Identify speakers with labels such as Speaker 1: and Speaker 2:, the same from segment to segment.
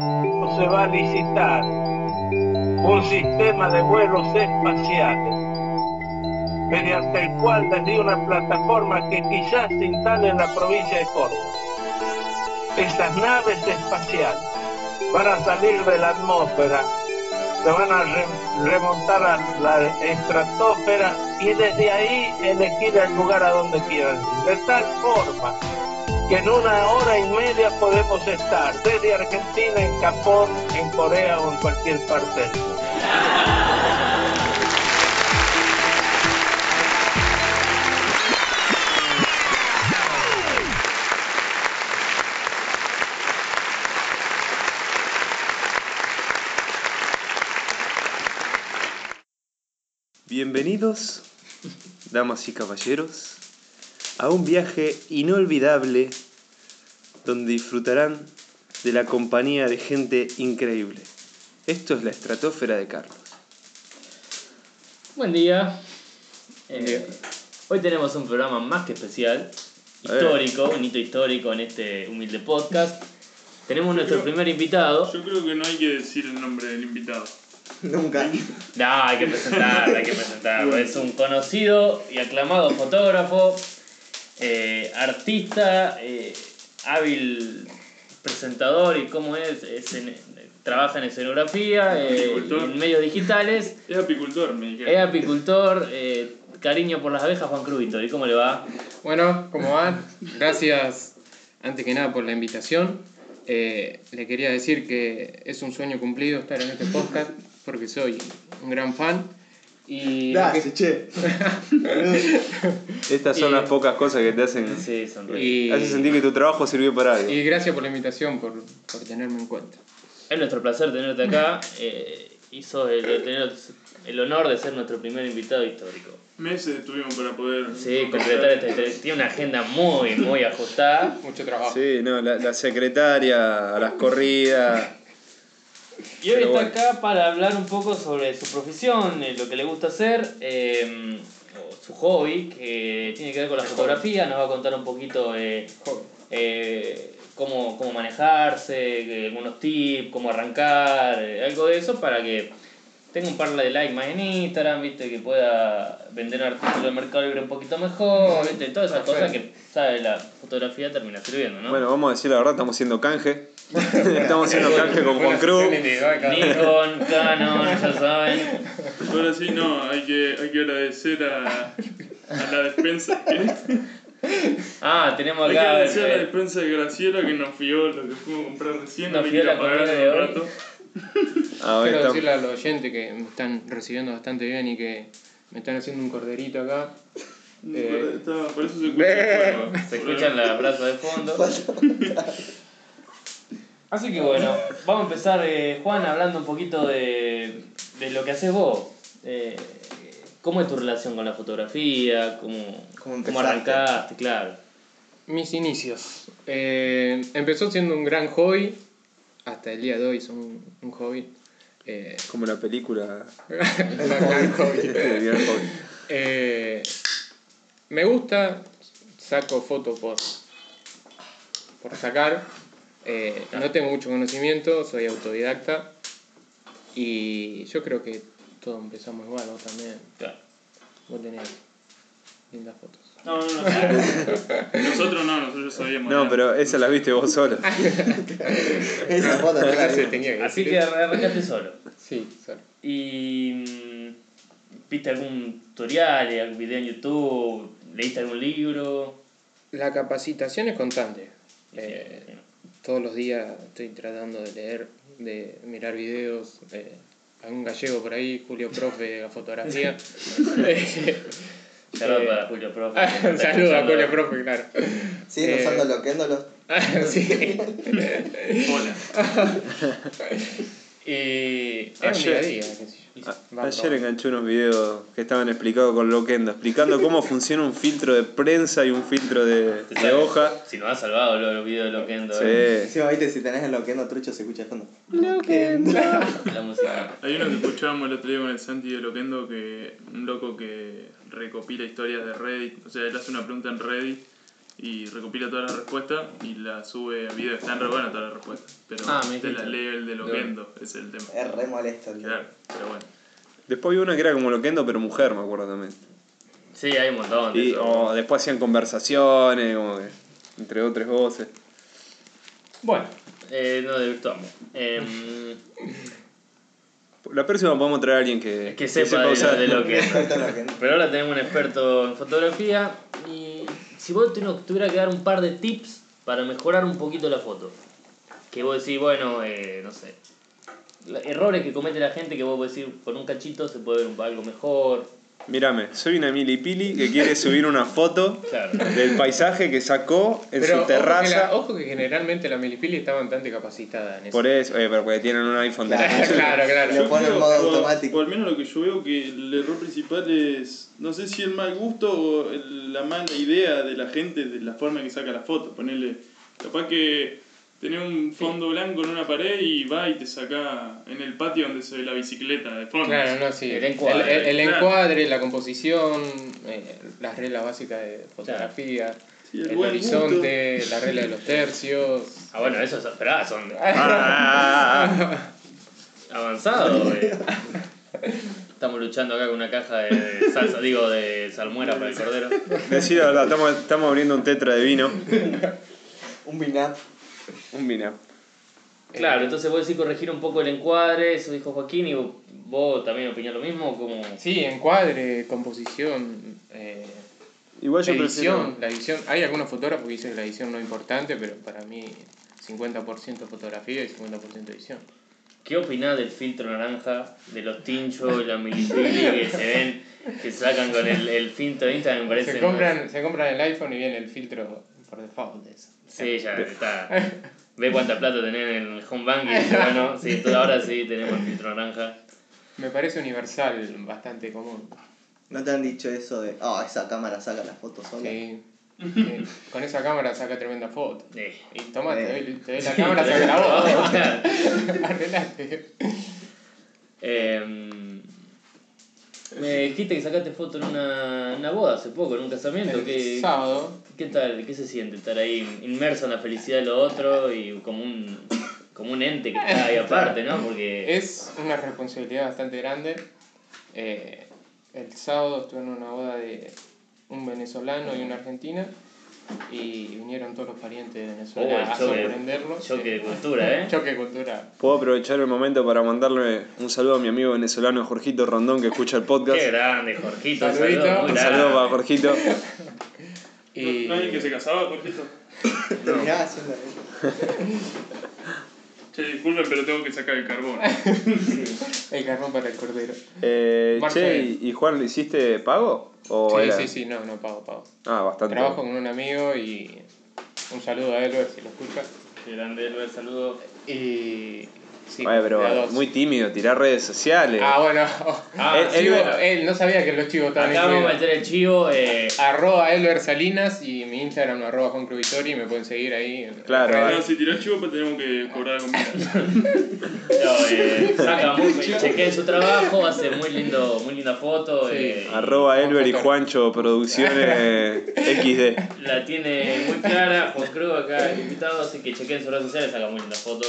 Speaker 1: va a visitar un sistema de vuelos espaciales mediante el cual desde una plataforma que quizás se instale en la provincia de Córdoba. Estas naves espaciales van a salir de la atmósfera, se van a re- remontar a la estratosfera y desde ahí elegir el lugar a donde quieran ir. De tal forma que en una hora y media podemos estar desde Argentina, en Japón, en Corea o en cualquier parte del mundo.
Speaker 2: Bienvenidos, damas y caballeros, a un viaje inolvidable donde disfrutarán de la compañía de gente increíble. Esto es la estratosfera de Carlos.
Speaker 3: Buen día.
Speaker 2: Buen
Speaker 3: Eh,
Speaker 2: día.
Speaker 3: hoy tenemos un programa más que especial,
Speaker 2: A
Speaker 3: histórico, un hito histórico en este humilde podcast. Tenemos nuestro
Speaker 4: creo-
Speaker 3: primer invitado.
Speaker 4: Yo creo que no hay que decir el nombre del invitado.
Speaker 5: Nunca.
Speaker 3: No, hay que presentarlo, hay que presentarlo. Es un conocido y aclamado fotógrafo, eh, artista, eh, hábil presentador y cómo es, es en- trabaja en escenografía, eh,
Speaker 4: Agricultor.
Speaker 3: en medios digitales.
Speaker 4: Es apicultor, me dijeron.
Speaker 3: Es apicultor, eh, cariño por las abejas, Juan Crubito. ¿Y cómo le va?
Speaker 6: Bueno, ¿cómo van? Gracias, antes que nada, por la invitación. Eh, le quería decir que es un sueño cumplido estar en este podcast porque soy un gran fan. Y lo que-
Speaker 5: Gracias, che.
Speaker 2: Estas son
Speaker 6: Y-
Speaker 2: las pocas cosas que te hacen
Speaker 3: Sí, sonríe.
Speaker 6: y-
Speaker 2: hace sentir que tu trabajo sirvió para algo.
Speaker 6: y gracias por la invitación, por, por tenerme en cuenta.
Speaker 3: Es nuestro placer tenerte acá. Eh, hizo el, de tener el honor de ser nuestro primer invitado histórico.
Speaker 4: Meses estuvimos para poder.
Speaker 3: Sí,
Speaker 4: conversar.
Speaker 3: completar este, este- Tiene una agenda muy, muy ajustada.
Speaker 6: Mucho trabajo.
Speaker 2: Sí, no, la, la secretaria, a las corridas.
Speaker 3: Y hoy
Speaker 2: Pero
Speaker 3: está
Speaker 2: bueno.
Speaker 3: acá para hablar un poco sobre su profesión, eh, lo que le gusta hacer, eh, o su hobby, que tiene que ver con la fotografía. Nos va a contar un poquito eh,
Speaker 6: Joven.
Speaker 3: eh, cómo, cómo manejarse, eh, algunos tips, cómo arrancar, eh, algo de eso para que tenga un par de likes más en Instagram, viste, que pueda vender un artículo de Mercado Libre un poquito mejor, viste, todas esas cosas que sabe la fotografía termina sirviendo, ¿no?
Speaker 2: Bueno, vamos a decir la verdad, estamos haciendo canje. estamos haciendo canje con Juan Cruz.
Speaker 3: Nikon, Canon, ya saben.
Speaker 4: Ahora sí, no, hay que, hay que agradecer a, a la despensa. que- hay
Speaker 3: Ah, tenemos
Speaker 4: que
Speaker 3: acá.
Speaker 4: agradecer a la
Speaker 3: eh,
Speaker 4: despensa de Graciela que nos fió lo que fuimos a comprar recién.
Speaker 3: Nos
Speaker 4: ahora
Speaker 3: fió
Speaker 4: que
Speaker 3: la
Speaker 4: pagar
Speaker 3: comida de
Speaker 4: un
Speaker 3: hoy.
Speaker 4: rato.
Speaker 2: Ah, ahí
Speaker 6: Quiero
Speaker 2: está.
Speaker 6: decirle a los oyentes que me están recibiendo bastante bien y que me están haciendo un corderito acá. Eh.
Speaker 4: Está- por eso se escucha el fuego.
Speaker 3: Se escuchan los brazos de fondo. Así que bueno, vamos a empezar, eh, Juan, hablando un poquito de, de lo que haces vos. Eh, ¿Cómo es tu relación con la fotografía? ¿Cómo,
Speaker 5: ¿Cómo
Speaker 3: cómo
Speaker 5: empezaste?
Speaker 3: arrancaste? Claro.
Speaker 6: Mis inicios. Eh, empezó siendo un gran hobby, hasta el día de hoy son un, un hobby. Eh,
Speaker 2: Como la película.
Speaker 6: un gran hobby.
Speaker 2: de Gran Hobby.
Speaker 6: Eh, me gusta, saco fotos por, por sacar. Eh, no tengo mucho conocimiento, soy autodidacta. Y yo creo que todos empezamos igual, vos también.
Speaker 3: claro.
Speaker 6: Vos tenés lindas fotos.
Speaker 4: No, no, no. sí. Nosotros no, nosotros sabíamos.
Speaker 2: No,
Speaker 4: ya.
Speaker 2: pero esa la viste vos solo.
Speaker 6: Ah,
Speaker 5: Esa foto no la
Speaker 6: Se
Speaker 5: vi.
Speaker 6: tenía que
Speaker 3: Así que
Speaker 6: decir eso.
Speaker 3: arrancaste solo.
Speaker 6: Sí, solo.
Speaker 3: ¿Y mm, viste algún tutorial, algún video en YouTube? ¿Leíste algún libro?
Speaker 6: La capacitación es constante.
Speaker 3: Y sí,
Speaker 6: Eh,
Speaker 3: bueno.
Speaker 6: todos los días estoy tratando de leer, de mirar videos. eh, algún gallego por ahí, Julio Profe de la fotografía.
Speaker 3: Saludos
Speaker 6: Eh,
Speaker 3: para Julio Profe. que nos
Speaker 6: Un
Speaker 3: está
Speaker 6: saludo a
Speaker 3: escuchando.
Speaker 6: Julio Profe, claro.
Speaker 5: Siguen
Speaker 6: Eh. ah,
Speaker 5: usando loquéndolos.
Speaker 6: Sí.
Speaker 4: Hola.
Speaker 6: Y es un
Speaker 2: Ayer-
Speaker 6: día a día, qué sé yo.
Speaker 7: Ah,
Speaker 2: A-
Speaker 6: Va
Speaker 2: Ayer
Speaker 6: probando.
Speaker 2: enganché unos videos que estaban explicados con Loquendo, explicando cómo funciona un filtro de prensa y un filtro de,
Speaker 3: Te
Speaker 2: de
Speaker 3: sale.
Speaker 2: hoja.
Speaker 3: Si nos ha salvado los, los videos de Loquendo. eh.
Speaker 2: Sí.
Speaker 5: Encima, viste, si tenés el loquendo trucho se escucha de fondo.
Speaker 3: La música.
Speaker 4: Hay uno que escuchábamos el otro día con el Santi de Loquendo, que un loco que recopila historias de Reddit. O sea, él hace una pregunta en Reddit y recopila todas las respuestas y las sube a video. Están re buenas todas las respuestas, pero
Speaker 6: Ah, me
Speaker 4: te
Speaker 6: dijiste.
Speaker 4: las lee el de Loquendo, ese es el tema.
Speaker 5: Es re molesto, tío.
Speaker 4: Claro, pero bueno.
Speaker 7: Después había una que era como Loquendo, pero mujer, me acuerdo también.
Speaker 3: Sí, hay un montón. de
Speaker 7: Y, oh.
Speaker 3: eso.
Speaker 7: o después hacían conversaciones, como que, entre dos tres voces.
Speaker 3: Bueno, eh, nos divirtamos. Em,
Speaker 7: La próxima podemos traer a alguien que,
Speaker 3: que sepa de,
Speaker 7: usar.
Speaker 3: de lo que
Speaker 5: Esto es lo que-
Speaker 3: Pero ahora tenemos un experto en fotografía. Y si vos tuvieras tuviera que dar un par de tips para mejorar un poquito la foto, que vos decís, bueno, eh, no sé, la- errores que comete la gente que vos podés decir, con un cachito se puede ver un- algo mejor.
Speaker 7: Mírame, soy una milipili que quiere subir una foto
Speaker 3: Claro.
Speaker 7: del paisaje que sacó en
Speaker 6: Pero
Speaker 7: su
Speaker 6: ojo que la-
Speaker 7: terraza.
Speaker 6: Ojo que, generalmente la milipili está bastante capacitada en eso.
Speaker 7: Por eso, eh, pero porque tienen un iPhone de la
Speaker 6: Claro, claro, claro.
Speaker 5: Lo pone en
Speaker 4: creo,
Speaker 5: modo
Speaker 4: o-
Speaker 5: automático.
Speaker 4: O al menos lo que yo veo que el error principal es, no sé si el mal gusto o el- la mala idea de la gente de la forma en que saca la foto. Ponerle, capaz que tenés un fondo blanco en una pared y va y te saca en el patio donde se ve la bicicleta de fondo.
Speaker 6: Claro, no, sí.
Speaker 3: El encuadre,
Speaker 6: el- el- el
Speaker 4: claro.
Speaker 6: encuadre, la composición, eh, las reglas básicas de fotografía,
Speaker 4: Sí, el
Speaker 6: el,
Speaker 4: buen
Speaker 6: horizonte, la regla de los tercios.
Speaker 3: Ah, bueno, eso es, pero, ah, son
Speaker 7: Ah,
Speaker 3: avanzados. eh. Estamos luchando acá con una caja de, de salsa, digo, de salmuera para el cordero.
Speaker 7: Decí la verdad, estamos, estamos abriendo un tetra de vino.
Speaker 5: Un binap.
Speaker 7: Un vino.
Speaker 3: Claro, entonces vos decís corregir un poco el encuadre, eso dijo Joaquín, y vos, vos también opinás lo mismo, como...
Speaker 6: Sí, encuadre, composición, eh,
Speaker 7: Igual yo
Speaker 6: edición.
Speaker 7: prefiero.
Speaker 6: La edición, hay algunos fotógrafos que dicen que la edición no es importante, pero para mí 50% fotografía y 50% edición.
Speaker 3: ¿Qué opinás del filtro naranja, de los tinchos y la milipili que se ven, que sacan con el, el filtro de Instagram? Me parece.
Speaker 6: Se compran, se compran el iPhone y viene el filtro por default de eso.
Speaker 3: Sí, ya está. Ve cuánta plata tenés en el home bank y dice, bueno, sí, todo ahora sí tenemos el filtro naranja.
Speaker 6: Me parece universal, bastante común.
Speaker 5: ¿No te han dicho eso de, ah, esa cámara saca las fotos sola?
Speaker 6: Sí. Eh, Con esa cámara saca tremenda foto.
Speaker 3: Eh,
Speaker 6: Y toma, te doy, te doy la
Speaker 7: Eh.
Speaker 3: Sí,
Speaker 6: cámara,
Speaker 3: pero-
Speaker 6: saca la
Speaker 3: no,
Speaker 6: voz.
Speaker 3: claro.
Speaker 6: Arreglate.
Speaker 3: Em, me dijiste que sacaste foto en una, en una boda hace poco, en un casamiento.
Speaker 6: El
Speaker 3: que...
Speaker 6: sábado.
Speaker 3: ¿Qué tal? ¿Qué se siente estar ahí inmerso en la felicidad de lo otro y como un, como un ente que está ahí aparte, ¿no? Porque
Speaker 6: Es una responsabilidad bastante grande. Eh, el sábado estuve en una boda de un venezolano y una argentina y vinieron todos los parientes
Speaker 3: Oh,
Speaker 6: de
Speaker 3: el
Speaker 6: Venezuela a
Speaker 3: choque.
Speaker 6: sorprenderlo.
Speaker 3: choque de
Speaker 6: Sí.
Speaker 3: cultura, ¿eh?
Speaker 6: Choque cultural.
Speaker 7: Puedo aprovechar el momento para mandarle un saludo a mi amigo venezolano Jorgito Rondón que escucha el podcast.
Speaker 3: Qué grande, Jorgito. Un
Speaker 6: Saludito.
Speaker 3: saludo muy
Speaker 7: Un saludo para
Speaker 3: grande.
Speaker 7: Jorgito.
Speaker 6: Y
Speaker 4: ¿No hay alguien que se casaba, Jorgito?
Speaker 5: Terminaba haciendo eso.
Speaker 4: Che, disculpen, pero tengo que sacar el carbón.
Speaker 6: el carbón para el cordero.
Speaker 7: Eh, che,
Speaker 6: Marcel.
Speaker 7: ¿y y Juan le hiciste pago? ¿O
Speaker 6: Sí,
Speaker 7: era-
Speaker 6: sí, sí, no, no pago, pago.
Speaker 7: Ah, bastante.
Speaker 6: Trabajo con un amigo y un saludo a él, a ver si lo escucha.
Speaker 3: Qué grande, Elber, saludo.
Speaker 6: Y. Sí,
Speaker 7: Ay, pero
Speaker 6: de a dos.
Speaker 7: muy tímido, tirar redes sociales.
Speaker 6: Ah, bueno.
Speaker 3: Ah,
Speaker 6: él, él-
Speaker 3: chivo.
Speaker 6: él no sabía que los chivos estaban
Speaker 3: Acá vamos a
Speaker 6: incluidos.
Speaker 3: meter el chivo. Eh,
Speaker 6: Arroba Elber Salinas y mi Instagram arroba Juan Cruz Vittori, me pueden seguir ahí. en-
Speaker 7: Claro,
Speaker 6: en-
Speaker 4: No, si tiró el chivo, pues tenemos que cobrar la comida.
Speaker 3: no, eh, saca muy chequeen su trabajo, hace muy lindo, muy linda foto.
Speaker 6: Sí.
Speaker 3: eh,
Speaker 7: Arroba
Speaker 6: Vamos
Speaker 7: Elber
Speaker 6: a
Speaker 7: y
Speaker 6: tocar.
Speaker 7: Juancho Producciones XD.
Speaker 3: La tiene muy clara, Juan Cruz acá el invitado, así que chequen sus redes sociales, saca muy linda foto.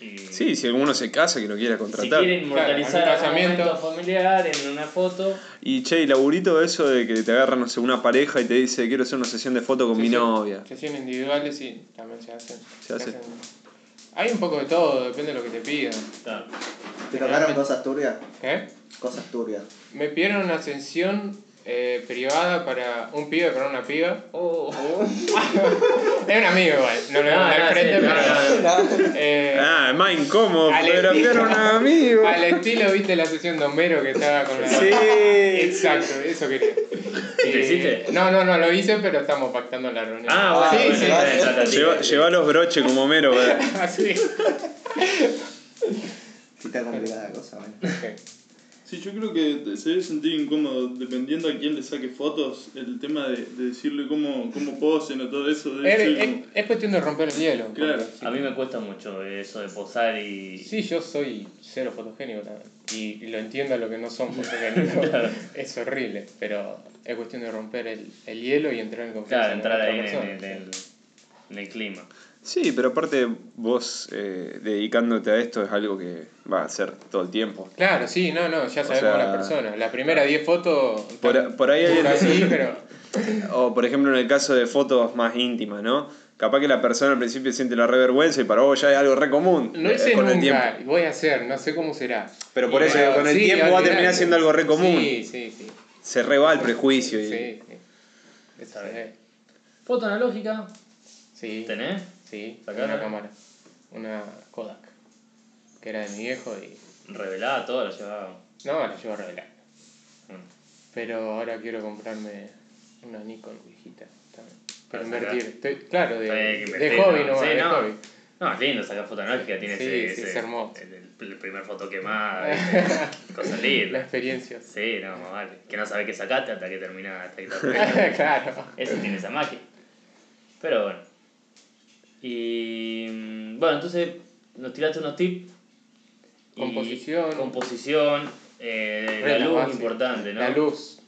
Speaker 3: Y-
Speaker 7: Sí, si alguno se casa que lo quiera
Speaker 3: Si
Speaker 7: contratar.
Speaker 3: quieren inmortalizar
Speaker 6: Claro,
Speaker 3: un
Speaker 6: algún casamiento.
Speaker 3: momento familiar en una foto,
Speaker 7: Y che, y laburito eso de que te agarran, no sé, una pareja y te dice, quiero hacer una sesión de foto con
Speaker 6: Sí,
Speaker 7: mi
Speaker 6: sí.
Speaker 7: novia.
Speaker 6: Sesiones individuales sí, también se hacen.
Speaker 7: Se hace.
Speaker 6: Hay un poco de todo, depende de lo que te pidan.
Speaker 3: claro.
Speaker 5: ¿Te tocaron cosas turbias?
Speaker 6: ¿Qué?
Speaker 5: Cosas turbias.
Speaker 6: Me pidieron una sesión eh, privada para un pibe, para una piba. Es un amigo igual, no lo vemos
Speaker 3: Ah,
Speaker 6: al
Speaker 3: sí,
Speaker 6: frente,
Speaker 3: no, no,
Speaker 6: pero.
Speaker 3: no.
Speaker 6: eh,
Speaker 7: Ah, es más incómodo,
Speaker 6: Ale-
Speaker 7: fotografiar a un amigo.
Speaker 6: Al estilo, viste la sesión de Homero que estaba con la.
Speaker 7: Sí.
Speaker 6: Exacto, eso quería.
Speaker 3: ¿Y lo hiciste?
Speaker 6: No, no, no lo hice, pero estamos pactando la reunión.
Speaker 3: Ah, bueno, bueno,
Speaker 5: Sí, sí.
Speaker 3: bueno, ya está,
Speaker 7: Lleva,
Speaker 3: sí.
Speaker 7: lleva los broches como Homero. ¿verdad?
Speaker 6: Así.
Speaker 5: Sí, está complicada la cosa, man.
Speaker 4: Sí, Sí, yo creo que te- se debe sentir incómodo dependiendo a quién le saque fotos, el tema de, de decirle cómo, cómo posen o todo eso. debe
Speaker 6: Es,
Speaker 4: ser
Speaker 6: es- es cuestión de romper el hielo.
Speaker 4: Claro.
Speaker 6: porque
Speaker 3: A mí me cuesta mucho eso de posar y.
Speaker 6: Sí, yo soy cero fotogénico también. Y, y lo entiendo a lo que no son fotogénicos. es horrible, pero es cuestión de romper el, el hielo y entrar en confianza.
Speaker 3: Claro,
Speaker 6: con
Speaker 3: entrar
Speaker 6: otra
Speaker 3: ahí en,
Speaker 6: persona.
Speaker 3: en- en- en el clima.
Speaker 7: Sí, pero aparte vos eh, dedicándote a esto es algo que va a hacer todo el tiempo.
Speaker 6: Claro, sí, no, no, ya sabemos
Speaker 7: sea- ah.
Speaker 6: la persona. La primera 10 fotos.
Speaker 7: Por, por ahí
Speaker 6: por
Speaker 7: alguien-
Speaker 6: así, pero.
Speaker 7: O por ejemplo en el caso de fotos más íntimas, ¿no? Capaz que la persona al principio siente la revergüenza y para vos ya es algo re común.
Speaker 6: No
Speaker 7: eh,
Speaker 6: hice
Speaker 7: con el tiempo.
Speaker 6: nunca, y voy a hacer, no sé cómo será.
Speaker 7: Pero por
Speaker 6: Y
Speaker 7: eso, con el tiempo va a terminar
Speaker 6: olvidate.
Speaker 7: siendo algo re común.
Speaker 6: Sí, sí, sí.
Speaker 7: Se re va el prejuicio.
Speaker 6: Sí,
Speaker 7: Y...
Speaker 6: sí. Eso
Speaker 3: bien.
Speaker 6: es.
Speaker 3: Foto analógica,
Speaker 6: Sí.
Speaker 3: ¿tenés?
Speaker 6: Sí,
Speaker 3: Sacá
Speaker 6: sacar una
Speaker 3: una.
Speaker 6: cámara. Una Kodak. Que era de mi viejo y.
Speaker 3: Revelada toda, la llevaba.
Speaker 6: No, la llevo a revelar.
Speaker 3: Mm.
Speaker 6: Pero ahora quiero comprarme una Nikon viejita. también.
Speaker 3: Para
Speaker 6: Para
Speaker 3: sacar.
Speaker 6: invertir. Estoy- claro, de,
Speaker 3: Sí, que
Speaker 6: de
Speaker 3: invertir,
Speaker 6: hobby
Speaker 3: ¿no?
Speaker 6: nomás,
Speaker 3: Sí,
Speaker 6: de
Speaker 3: no.
Speaker 6: hobby.
Speaker 3: No, es lindo sacar foto analógica, tiene
Speaker 6: Sí,
Speaker 3: ese,
Speaker 6: sí,
Speaker 3: ese-
Speaker 6: es hermoso.
Speaker 3: El, el primer foto quemada, ¿viste? cosas
Speaker 6: La
Speaker 3: lindas.
Speaker 6: experiencia.
Speaker 3: Sí, no, más vale. Que no sabés que sacaste hasta que terminás, hasta que te arreglás.
Speaker 6: claro.
Speaker 3: Eso tiene esa magia. Pero bueno. Y mm, bueno, entonces nos tiraste unos tips. Y-
Speaker 6: Composición.
Speaker 3: Composición. eh, la
Speaker 6: Es
Speaker 3: luz
Speaker 6: base.
Speaker 3: importante, ¿no?
Speaker 6: La luz.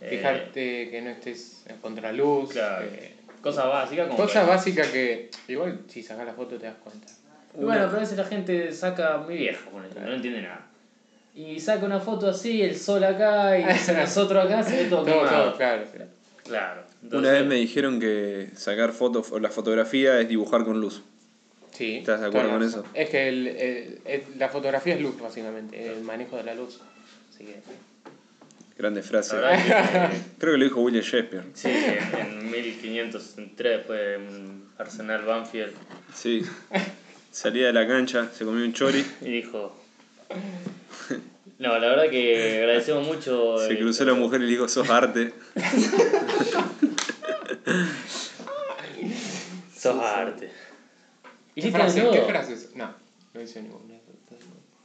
Speaker 3: Eh,
Speaker 6: Fijarte que no estés en contraluz.
Speaker 3: claro.
Speaker 6: eh,
Speaker 3: Cosas básicas como.
Speaker 6: cosas básicas que. Igual si sacas la foto te das cuenta.
Speaker 3: Y bueno, pero a veces la gente saca muy vieja, ponele, no entiende nada. Y saca una foto así, el sol acá, y nosotros acá, se ve todo
Speaker 6: Todo,
Speaker 3: quemado.
Speaker 6: todo, claro. sí.
Speaker 3: Claro. Entonces,
Speaker 7: Una vez me dijeron que sacar fotos o la fotografía es dibujar con luz.
Speaker 6: Sí.
Speaker 7: ¿Estás de acuerdo
Speaker 6: toda la
Speaker 7: con
Speaker 6: razón.
Speaker 7: eso?
Speaker 6: Es que el- el- el- la fotografía es luz, básicamente, el manejo de la luz. Así que,
Speaker 7: Grande frase.
Speaker 3: la Ah, verdad que-
Speaker 7: Creo que lo dijo William Shakespeare.
Speaker 3: Sí, en, en 1503 fue un Arsenal Banfield
Speaker 7: Sí. Salía de la cancha, se comió un chori,
Speaker 3: y dijo. No, la verdad que agradecemos mucho.
Speaker 7: se
Speaker 3: el-
Speaker 7: cruzó la mujer y le dijo, sos arte.
Speaker 3: Sos arte.
Speaker 6: ¿Qué
Speaker 3: ¿Hiciste de
Speaker 6: frase, ¿Qué
Speaker 3: todo?
Speaker 6: frase es? No, no hice ninguna.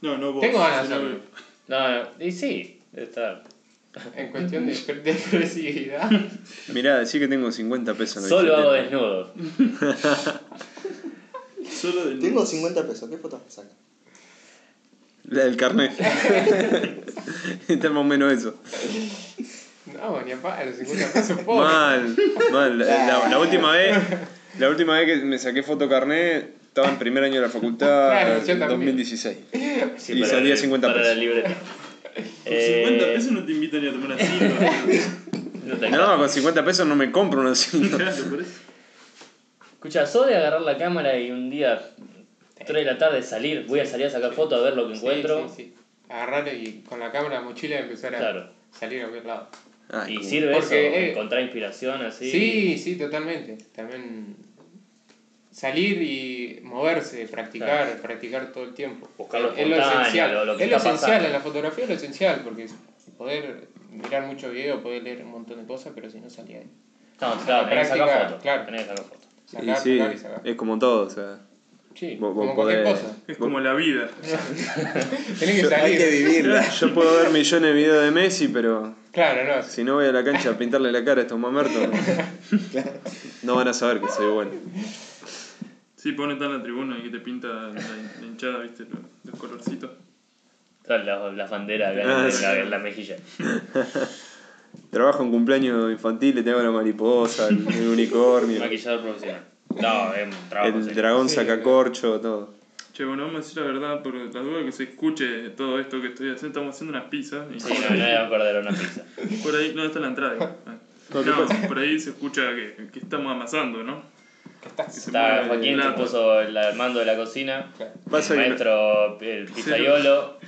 Speaker 4: No, no vos.
Speaker 6: Tengo ganas de
Speaker 4: sino-
Speaker 6: hacerlo.
Speaker 3: No, no, y sí, debe estar.
Speaker 6: En cuestión de de expresividad.
Speaker 7: Mirá, decí que tengo 50 pesos. en la
Speaker 3: Solo hago
Speaker 7: billetera.
Speaker 3: desnudos.
Speaker 4: Solo de
Speaker 5: Tengo 50 pesos, ¿qué fotos me saca?
Speaker 7: La del carnet. Está más o menos eso.
Speaker 6: No, ni a palo, 50 pesos pobre.
Speaker 7: Mal, mal. La, la- la última vez, la última vez que me saqué foto carnet, estaba en primer año de la
Speaker 6: Claro,
Speaker 7: facultad,
Speaker 6: yo también.
Speaker 7: 2016.
Speaker 3: Sí,
Speaker 7: Y
Speaker 3: para
Speaker 7: salía
Speaker 3: el-
Speaker 7: 50
Speaker 3: para
Speaker 7: pesos.
Speaker 3: la libreta.
Speaker 4: Con 50 pesos no te invitan ni a tomar una silva.
Speaker 3: Eh, No, te
Speaker 7: No, con 50 pesos no me compro una cinta.
Speaker 4: claro, por eso.
Speaker 3: Escucha, sos de agarrar la cámara y un día, 3 de la tarde, salir, voy a salir a sacar fotos a ver lo que encuentro.
Speaker 6: Sí, sí, sí. Agarrar y con la cámara, la mochila y empezar a
Speaker 3: Claro.
Speaker 6: salir a cualquier lado.
Speaker 7: Ay,
Speaker 3: Y
Speaker 7: como-
Speaker 3: sirve
Speaker 6: Porque,
Speaker 3: eso,
Speaker 6: eh,
Speaker 3: encontrar inspiración así.
Speaker 6: Sí. sí, totalmente. También salir y moverse, practicar, practicar todo el tiempo.
Speaker 3: Buscar lo
Speaker 6: es lo
Speaker 3: espontáneo,
Speaker 6: esencial.
Speaker 3: lo- lo que
Speaker 6: es lo
Speaker 3: está
Speaker 6: esencial,
Speaker 3: pasando.
Speaker 6: en la fotografía es lo esencial, porque poder mirar mucho video, poder leer un montón de cosas, pero si no salía ahí.
Speaker 3: No, claro, tenés que sacar
Speaker 6: Práctica,
Speaker 3: fotos.
Speaker 6: claro.
Speaker 3: Tenés que sacar fotos.
Speaker 7: Y
Speaker 6: Sacar,
Speaker 7: sí,
Speaker 6: sacar y sacar.
Speaker 7: es como todo, o sea.
Speaker 6: Sí,
Speaker 7: vos- vos
Speaker 6: como cualquier
Speaker 7: podés-
Speaker 6: cosa.
Speaker 4: Es como la vida.
Speaker 6: Tenés que salir.
Speaker 5: Hay que vivirla.
Speaker 7: Yo puedo ver millones de videos de Messi, pero
Speaker 6: Claro, no.
Speaker 7: si no voy a la cancha a pintarle la cara a estos mamertos, no van a saber que soy bueno.
Speaker 4: Sí, ponen tan la tribuna y que te pinta la, la hinchada, viste, los, los colorcitos.
Speaker 3: Todas las, las banderas acá
Speaker 7: Ah,
Speaker 3: en,
Speaker 7: sí.
Speaker 3: la, en la mejilla.
Speaker 7: Trabajo en cumpleaños infantil, le tengo la mariposa, el, el unicornio,
Speaker 3: Maquillador profesional. No, es un trabajo.
Speaker 7: el
Speaker 3: sí.
Speaker 7: dragón
Speaker 6: Sí,
Speaker 7: sacacorcho, todo.
Speaker 4: Che, bueno, vamos a decir la verdad, por la duda que se escuche todo esto que estoy haciendo, estamos haciendo unas pizzas. Y
Speaker 3: Sí, no, nadie va a perder una pizza.
Speaker 4: Por ahí, no, está la entrada. Ah.
Speaker 7: No, ¿qué
Speaker 4: No,
Speaker 7: pasa?
Speaker 4: por ahí se escucha que, que estamos amasando, ¿no? Que se
Speaker 3: Está
Speaker 4: mueve
Speaker 3: Joaquín
Speaker 4: el
Speaker 3: se
Speaker 4: plato.
Speaker 3: puso el al mando de la cocina.
Speaker 7: Pasa
Speaker 3: el
Speaker 7: que
Speaker 3: maestro, el pizzaiolo.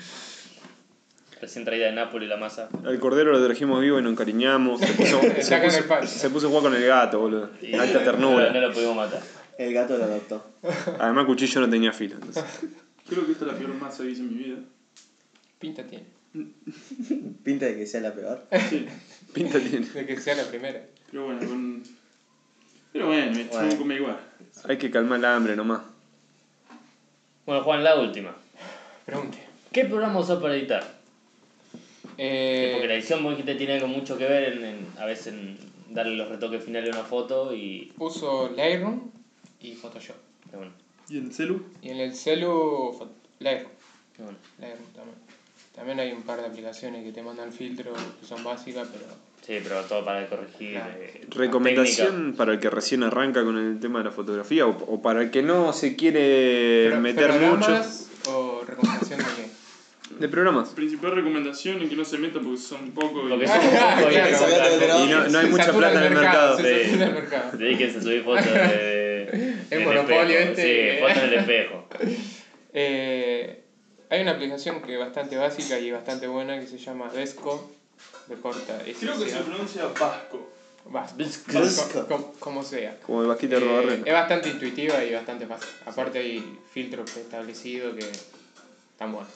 Speaker 3: Recién traída de Nápoles la masa.
Speaker 7: al cordero lo trajimos vivo y nos encariñamos. Se puso, se
Speaker 6: Sacan
Speaker 7: puso-
Speaker 6: el pan.
Speaker 7: se puso a jugar con el gato, boludo.
Speaker 3: Y
Speaker 7: Alta
Speaker 3: No, no
Speaker 7: ternura.
Speaker 3: lo pudimos matar.
Speaker 5: El gato lo adoptó.
Speaker 7: Además, cuchillo no tenía filo. entonces.
Speaker 4: Creo que esta es la peor masa que hice en mi vida.
Speaker 6: Pinta tiene.
Speaker 5: Pinta de que sea la peor.
Speaker 4: Sí,
Speaker 7: Pinta tiene.
Speaker 6: De que sea la primera.
Speaker 4: pero bueno, con... Pero bueno, me
Speaker 5: Bueno.
Speaker 4: comer igual.
Speaker 7: Hay que calmar el hambre nomás.
Speaker 3: Bueno, Juan, la última.
Speaker 6: Pregunte.
Speaker 3: ¿Qué programa usás para editar?
Speaker 6: Eh,
Speaker 3: Porque la edición, vos dijiste, tiene algo mucho que ver en, en- a veces en darle los retoques finales a una foto y,
Speaker 6: uso Lightroom y Photoshop.
Speaker 3: y bueno,
Speaker 4: ¿Y el celu?
Speaker 6: Y en el celu, Phot- Lightroom.
Speaker 3: y bueno,
Speaker 6: Lightroom también. También hay un par de aplicaciones que te mandan filtros que son básicas, pero
Speaker 3: Sí, pero todo para corregir.
Speaker 6: Claro.
Speaker 3: eh, la
Speaker 7: Recomendación
Speaker 3: técnica.
Speaker 7: para el que recién arranca con el tema de la fotografía o, o para el que no se quiere
Speaker 6: Pro-
Speaker 7: Eh, meter mucho.
Speaker 6: programas o recomendación de qué?
Speaker 7: De programas.
Speaker 4: Principal recomendación es que no se metan porque son pocos.
Speaker 3: Porque
Speaker 4: y-
Speaker 3: son
Speaker 6: Ah, Claro,
Speaker 3: pocos y-
Speaker 6: claro.
Speaker 7: Y no, no hay
Speaker 6: Se
Speaker 7: mucha
Speaker 6: satura
Speaker 7: plata en el mercado.
Speaker 6: se
Speaker 3: sí.
Speaker 6: satura el mercado.
Speaker 3: Dedíquense a subir fotos de.
Speaker 6: Es
Speaker 3: del
Speaker 6: monopolio
Speaker 3: espejo,
Speaker 6: este.
Speaker 3: Sí, fotos en el espejo.
Speaker 6: Eh, hay una aplicación que es bastante básica y bastante buena que se llama Desco. De corta. S
Speaker 4: Creo que
Speaker 6: C
Speaker 4: se
Speaker 6: A.
Speaker 4: pronuncia vasco.
Speaker 6: Vas-
Speaker 3: Desco.
Speaker 6: Desco, Como, como sea.
Speaker 7: Como el vasquito de
Speaker 6: Eh,
Speaker 7: Robarrena.
Speaker 6: es bastante intuitiva y bastante fácil. Aparte hay filtros preestablecidos que están buenos.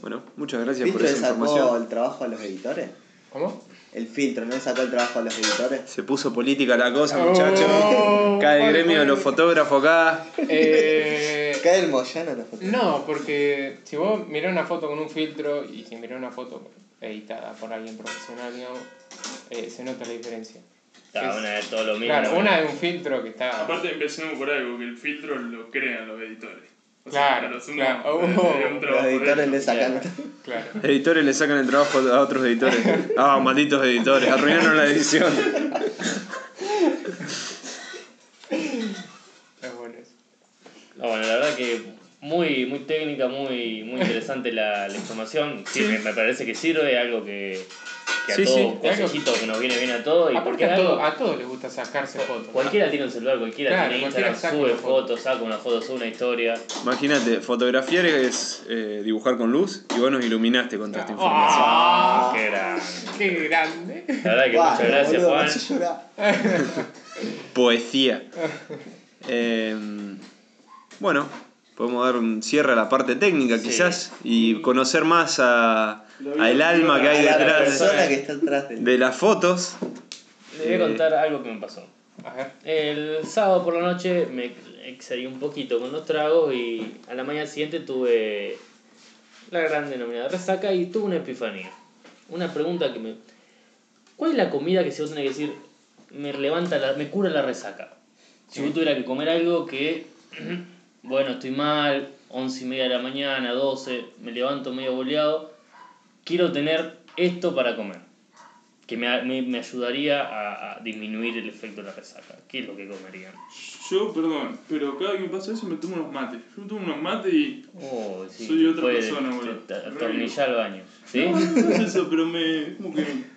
Speaker 7: Bueno, muchas gracias por
Speaker 5: ¿Filtro le
Speaker 7: esa
Speaker 5: sacó
Speaker 7: información.
Speaker 5: el trabajo a los editores?
Speaker 6: ¿Cómo?
Speaker 5: El filtro, ¿no le sacó el trabajo a los editores?
Speaker 7: Se puso política la cosa,
Speaker 6: Oh,
Speaker 7: muchachos. Cae
Speaker 6: vale,
Speaker 7: el gremio de
Speaker 6: vale.
Speaker 7: los fotógrafos acá.
Speaker 6: Eh,
Speaker 5: Cae el Moyano a los fotógrafos.
Speaker 6: no, porque si vos mirás una foto con un filtro y si mirás una foto editada por alguien profesional, digamos, eh, se nota la diferencia.
Speaker 3: Cada
Speaker 6: Es-
Speaker 3: una es todo lo mismo.
Speaker 6: Claro, una es un filtro que está.
Speaker 4: Aparte empecemos por algo, que el filtro lo crean los editores. O
Speaker 6: Claro,
Speaker 4: a lo sumo,
Speaker 3: Oh,
Speaker 6: claro.
Speaker 4: eh, sería un
Speaker 5: Los
Speaker 4: trabajo
Speaker 5: editores le
Speaker 4: de-
Speaker 5: sacan.
Speaker 6: Claro.
Speaker 7: Editores le sacan el trabajo a otros editores. Ah, malditos editores, arruinaron la edición.
Speaker 6: Es bueno eso.
Speaker 3: No, Ah, bueno, la verdad que muy, muy técnica, muy, muy interesante la, la información. Sí, Me, me parece que sirve, algo que, que a
Speaker 7: Sí,
Speaker 3: todo
Speaker 7: sí,
Speaker 3: un consejito que nos viene bien a todos. Y
Speaker 6: Aparte
Speaker 3: porque
Speaker 6: a, todo,
Speaker 3: algo-
Speaker 6: a todos les gusta sacarse fotos.
Speaker 3: cualquiera tiene un celular, cualquiera
Speaker 6: Claro,
Speaker 3: tiene
Speaker 6: cualquiera
Speaker 3: Instagram,
Speaker 6: saca
Speaker 3: sube
Speaker 6: una foto.
Speaker 3: fotos, saca una foto, sube una historia.
Speaker 7: Imagínate, fotografiar es eh, dibujar con luz y vos nos iluminaste con toda esta información.
Speaker 6: ¡Ah!
Speaker 3: Qué grande.
Speaker 6: ¡Qué grande!
Speaker 3: La verdad que
Speaker 5: Guau,
Speaker 3: muchas gracias,
Speaker 5: boludo,
Speaker 3: Juan.
Speaker 5: me hace llorar.
Speaker 7: Poesía. Eh, bueno, podemos dar un cierre a la parte técnica
Speaker 3: Sí.
Speaker 7: quizás y conocer más a,
Speaker 4: Lo
Speaker 7: a el
Speaker 4: vi-
Speaker 7: alma que
Speaker 5: A
Speaker 7: hay
Speaker 5: la
Speaker 7: detrás de-
Speaker 5: persona que está atrás del.
Speaker 7: de las fotos.
Speaker 3: Les voy a
Speaker 7: Eh,
Speaker 3: contar algo que me pasó.
Speaker 6: A ver.
Speaker 3: El sábado por la noche me excedí un poquito con los tragos y a la mañana siguiente tuve la gran denominada resaca y tuve una epifanía. Una pregunta que me... ¿Cuál es la comida que si vos tenés que decir me levanta, la, me cura la resaca? Si yo tuviera que comer algo que, bueno, estoy mal, 11 y media de la mañana, 12, me levanto medio boleado, quiero tener esto para comer, que me, me, me ayudaría a, a disminuir el efecto de la resaca. ¿Qué es lo que comerían?
Speaker 4: Yo, perdón, pero cada vez que me pasa eso me tomo unos mates. Yo me tomo unos mates y.
Speaker 3: Oh, sí,
Speaker 4: Soy
Speaker 3: te
Speaker 4: otra
Speaker 3: puede-
Speaker 4: persona,
Speaker 3: te-
Speaker 4: boludo.
Speaker 3: te Atornillar al baño. ¿Sí?
Speaker 4: No, no es eso, pero me. como que.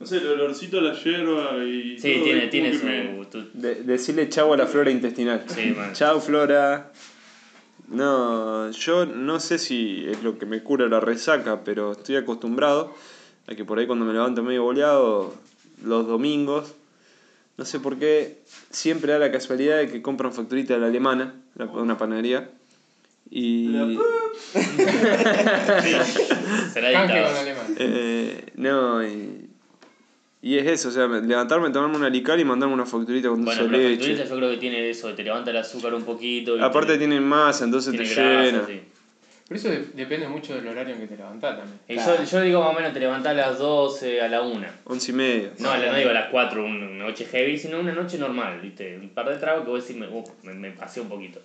Speaker 4: No sé, el olorcito a la hierba y.
Speaker 3: Sí,
Speaker 4: todo, es
Speaker 3: tiene,
Speaker 4: como
Speaker 3: tiene
Speaker 4: que
Speaker 3: su.
Speaker 4: me-
Speaker 3: tu-
Speaker 7: De- decirle chau a la flora intestinal.
Speaker 3: Sí, man.
Speaker 7: Chau, flora. No, yo no sé si es lo que me cura la resaca, pero estoy acostumbrado a que por ahí cuando me levanto medio boleado, los domingos, no sé por qué, siempre da la casualidad de que compran facturita de la alemana, la- una panadería, y...
Speaker 4: La-
Speaker 3: Será
Speaker 6: Canje con
Speaker 3: dictado.
Speaker 6: alemán.
Speaker 7: Eh, no, y, y es eso, o sea, levantarme, tomarme una lical y mandarme una facturita con
Speaker 3: Bueno,
Speaker 7: dulce de
Speaker 3: pero la
Speaker 7: leche.
Speaker 3: facturita yo creo que tiene eso, te levanta el azúcar un poquito. y
Speaker 7: Aparte tienen masa, entonces
Speaker 3: tiene
Speaker 7: te
Speaker 3: grasa,
Speaker 7: llena.
Speaker 3: sí.
Speaker 6: Pero eso de- depende mucho del horario en que te levantás también.
Speaker 3: Y yo, yo digo más o menos te levantás a las 12, a la 1.
Speaker 7: Once y media.
Speaker 3: No, a la- no digo a las 4, un- una noche heavy, sino una noche normal, ¿viste? Un par de tragos que vos decís, me, uh, me, me pasé un poquito.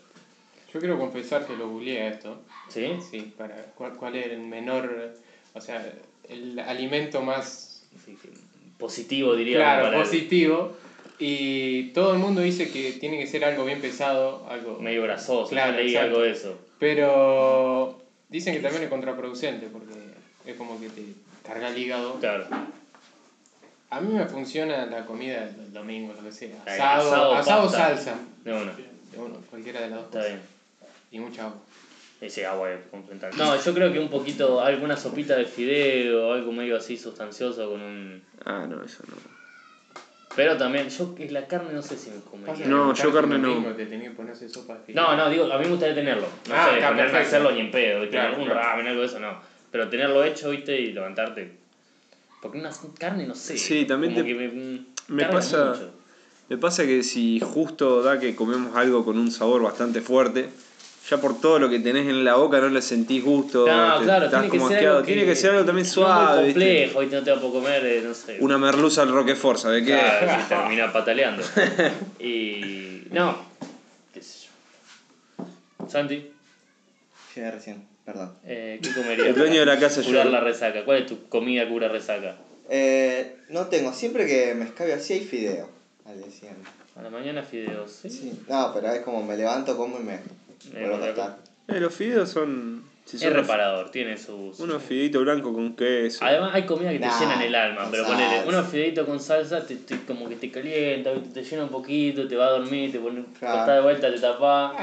Speaker 6: Yo quiero confesar que lo googleé a esto.
Speaker 3: ¿Sí?
Speaker 6: Sí, para ver cuál, cuál es el menor, o sea, el alimento más
Speaker 3: Sí, sí. Positivo, diría.
Speaker 6: claro,
Speaker 3: para el-
Speaker 6: positivo. Y todo el mundo dice que tiene que ser algo bien pesado, algo...
Speaker 3: Medio grasoso,
Speaker 6: Claro,
Speaker 3: yo leí
Speaker 6: exacto.
Speaker 3: algo de eso.
Speaker 6: Pero dicen que también es contraproducente porque es como que te carga el hígado.
Speaker 3: Claro.
Speaker 6: A mí me funciona la comida del domingo, lo que sea.
Speaker 3: Ahí,
Speaker 6: Asado,
Speaker 3: asado,
Speaker 6: asado, o
Speaker 3: pasta.
Speaker 6: salsa.
Speaker 3: De una.
Speaker 6: De uno, cualquiera de las dos.
Speaker 3: Está bien.
Speaker 6: Y mucha agua.
Speaker 3: Ese agua es complementaria. No, yo creo que un poquito, alguna sopita de fideo, algo medio así sustancioso con un.
Speaker 7: Ah, no, eso no.
Speaker 3: Pero también, yo que la carne no sé si me
Speaker 6: Pasa
Speaker 3: comería.
Speaker 6: que
Speaker 7: No,
Speaker 6: levantarte
Speaker 7: yo carne
Speaker 6: un
Speaker 7: no.
Speaker 6: domingo, Te tenés que ponerse sopa de fideo.
Speaker 3: No, no, digo, a mí me gustaría tenerlo. No
Speaker 6: Ah,
Speaker 3: sé, ponerme
Speaker 6: está,
Speaker 3: a
Speaker 6: perfecto.
Speaker 3: hacerlo ni en pedo, ¿viste?
Speaker 6: Claro,
Speaker 3: algún
Speaker 6: claro.
Speaker 3: ramen, algo de eso, no. Pero tenerlo hecho, ¿viste? Y levantarte. Porque una carne, no sé.
Speaker 7: Sí, también
Speaker 3: como
Speaker 7: te-
Speaker 3: que me,
Speaker 7: me
Speaker 3: carga
Speaker 7: pasa-
Speaker 3: mucho.
Speaker 7: Me pasa que si justo da que comemos algo con un sabor bastante fuerte, ya por todo lo que tenés en la boca no le sentís gusto.
Speaker 3: No,
Speaker 7: te-
Speaker 3: claro,
Speaker 7: estás
Speaker 3: tiene que,
Speaker 7: como
Speaker 3: ser
Speaker 7: asqueado.
Speaker 3: algo
Speaker 7: Tiene que ser algo también suave.
Speaker 3: No muy
Speaker 7: ¿viste?
Speaker 3: complejo, ¿viste? no te va a poder comer, eh, no sé.
Speaker 7: Una merluza al roquefort, ¿sabes qué?
Speaker 3: Claro, y termina pataleando. Y. No. ¿Qué sé yo? Santi,
Speaker 5: Llegué recién, perdón.
Speaker 3: eh, ¿qué comerías?
Speaker 7: El dueño de la casa
Speaker 3: para
Speaker 7: llora.
Speaker 3: Curar la resaca. ¿Cuál es tu comida cura resaca?
Speaker 5: Eh, no tengo, siempre que me escabio así hay fideo. Al día siguiente.
Speaker 3: A la mañana fideos, ¿sí?
Speaker 5: Sí. No, pero es como me levanto, como y me
Speaker 3: Eh,
Speaker 5: vuelvo a
Speaker 3: otra
Speaker 5: acostar.
Speaker 7: Eh, los fideos son. si son
Speaker 3: Es
Speaker 7: unos-
Speaker 3: reparador, tiene sus.
Speaker 7: Unos fideitos blancos con queso.
Speaker 3: Además hay comida que te
Speaker 5: Nah,
Speaker 3: llenan el alma,
Speaker 5: con
Speaker 3: pero
Speaker 5: salsa.
Speaker 3: ponele unos fideitos con salsa te, te- como que te calienta, ¿viste? te llena un poquito, te va a dormir, te pone
Speaker 5: Claro.
Speaker 3: está de vuelta, te tapa.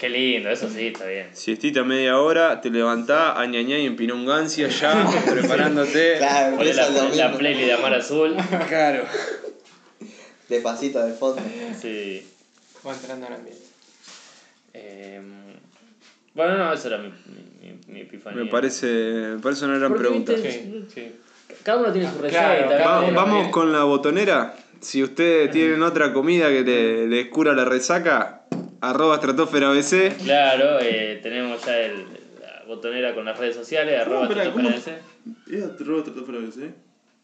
Speaker 3: Qué lindo, eso sí, está bien.
Speaker 7: Siestita media hora, te levantás, añañá y empinó un gancia ya, preparándote.
Speaker 5: Claro,
Speaker 3: Ponle
Speaker 5: empieza
Speaker 3: la,
Speaker 5: el
Speaker 3: la
Speaker 5: domingo.
Speaker 3: playlist de Amar Azul.
Speaker 7: Claro.
Speaker 5: Despacito de fondo.
Speaker 3: Sí.
Speaker 6: Va entrando en ambiente.
Speaker 3: Eh, bueno, no, eso era mi, mi, mi- mi epifanía.
Speaker 7: Me parece, me parece una gran
Speaker 3: Porque,
Speaker 7: pregunta.
Speaker 3: viste,
Speaker 6: Sí, sí.
Speaker 3: Cada uno tiene su receta.
Speaker 6: Claro, cada
Speaker 7: Va-
Speaker 3: ¿viste?
Speaker 6: uno
Speaker 7: vamos
Speaker 6: Eh.
Speaker 7: con la botonera. Si ustedes tienen otra comida que le- les cura la resaca, arroba estratosfera BC.
Speaker 3: Claro, eh, tenemos ya el, la botonera con las redes sociales, arroba
Speaker 4: pará,
Speaker 3: Tato
Speaker 4: ¿cómo?
Speaker 3: Fernández.
Speaker 4: Es otro trato para veces, ¿eh?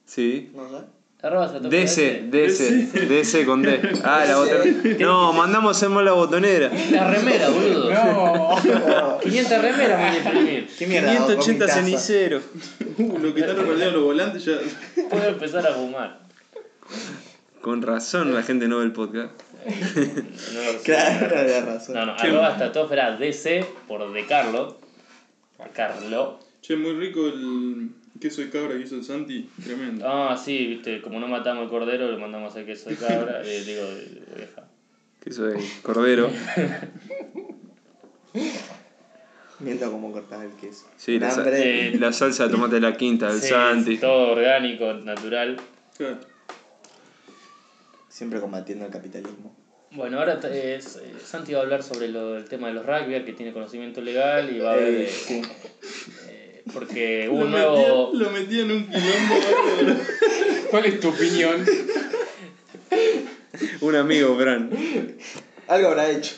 Speaker 7: Sí.
Speaker 5: ¿No sé?
Speaker 3: Arroba Tato
Speaker 7: DC,
Speaker 3: Fernández.
Speaker 7: DC, DC con D. Ah, la botonera. No, mandamos en la botonera.
Speaker 3: La remera, boludo.
Speaker 6: No.
Speaker 3: 500 remeras voy a imprimir.
Speaker 5: ¿Qué mierda? hago con mi
Speaker 7: 580
Speaker 5: taza?
Speaker 7: ceniceros.
Speaker 4: Uh, lo que están rodeados los volantes ya.
Speaker 3: Puedo empezar a fumar.
Speaker 7: Con razón la gente no ve el podcast.
Speaker 3: No lo sé.
Speaker 5: Claro, de razón.
Speaker 3: No, no, arroba Tatofera DC por de Carlo. Carlo.
Speaker 4: Che, muy rico el queso de cabra que hizo el Santi. Tremendo.
Speaker 3: Ah, sí, viste, como no matamos el cordero, le mandamos el queso de cabra, eh, digo, de oveja.
Speaker 7: Que soy cordero.
Speaker 5: Viendo cómo cortás el queso.
Speaker 7: Sí, la,
Speaker 5: Un
Speaker 7: sa-
Speaker 3: Eh.
Speaker 5: hambre.
Speaker 7: la salsa de tomate de la quinta del
Speaker 3: Sí,
Speaker 7: Santi.
Speaker 3: Todo orgánico, natural.
Speaker 4: Claro.
Speaker 5: Siempre combatiendo el capitalismo.
Speaker 3: Bueno, ahora t- es, eh, Santi va a hablar sobre lo- el tema de los rugby, que tiene conocimiento legal y va a haber. eh,
Speaker 5: Eh, sí.
Speaker 3: eh, porque hubo
Speaker 4: Lo
Speaker 3: un
Speaker 4: metía-
Speaker 3: nuevo.
Speaker 4: Lo metía en un quilombo. boludo.
Speaker 6: ¿Cuál es tu opinión?
Speaker 7: Un amigo, Bran.
Speaker 5: Algo habrá hecho.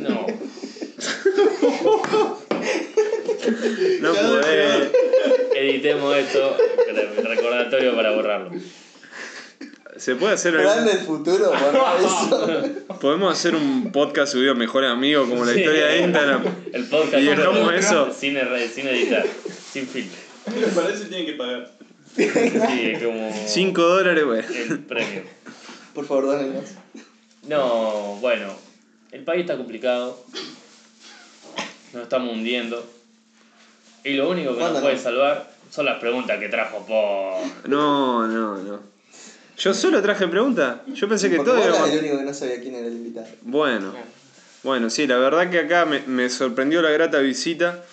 Speaker 3: No.
Speaker 7: No podés.
Speaker 3: Editemos esto, recordatorio para borrarlo.
Speaker 7: Se puede hacer
Speaker 5: Plan
Speaker 7: algún-
Speaker 5: del futuro, borra eso.
Speaker 7: Podemos hacer un podcast subido a mejores amigos como la
Speaker 3: Sí.
Speaker 7: historia de Instagram.
Speaker 3: El podcast
Speaker 7: Y dejamos
Speaker 3: sin-
Speaker 7: eso.
Speaker 3: Sin, erra- sin editar, sin filtro.
Speaker 4: Para eso tienen que pagar.
Speaker 3: Sí, es como
Speaker 7: 5 dólares, güey.
Speaker 3: el premio.
Speaker 5: Por favor, dónenos.
Speaker 3: No, bueno, el país está complicado. Nos estamos hundiendo. Y lo único que nos
Speaker 5: Mándalo.
Speaker 3: puede salvar son las preguntas que trajo por.
Speaker 7: Eh. No, no, no. Yo solo traje preguntas. Yo pensé que
Speaker 5: Porque
Speaker 7: todo
Speaker 5: vos
Speaker 7: era... Eh.
Speaker 5: eras el único que no sabía quién era el invitado.
Speaker 7: Bueno. Bueno, sí, la verdad que acá me, me sorprendió la grata visita.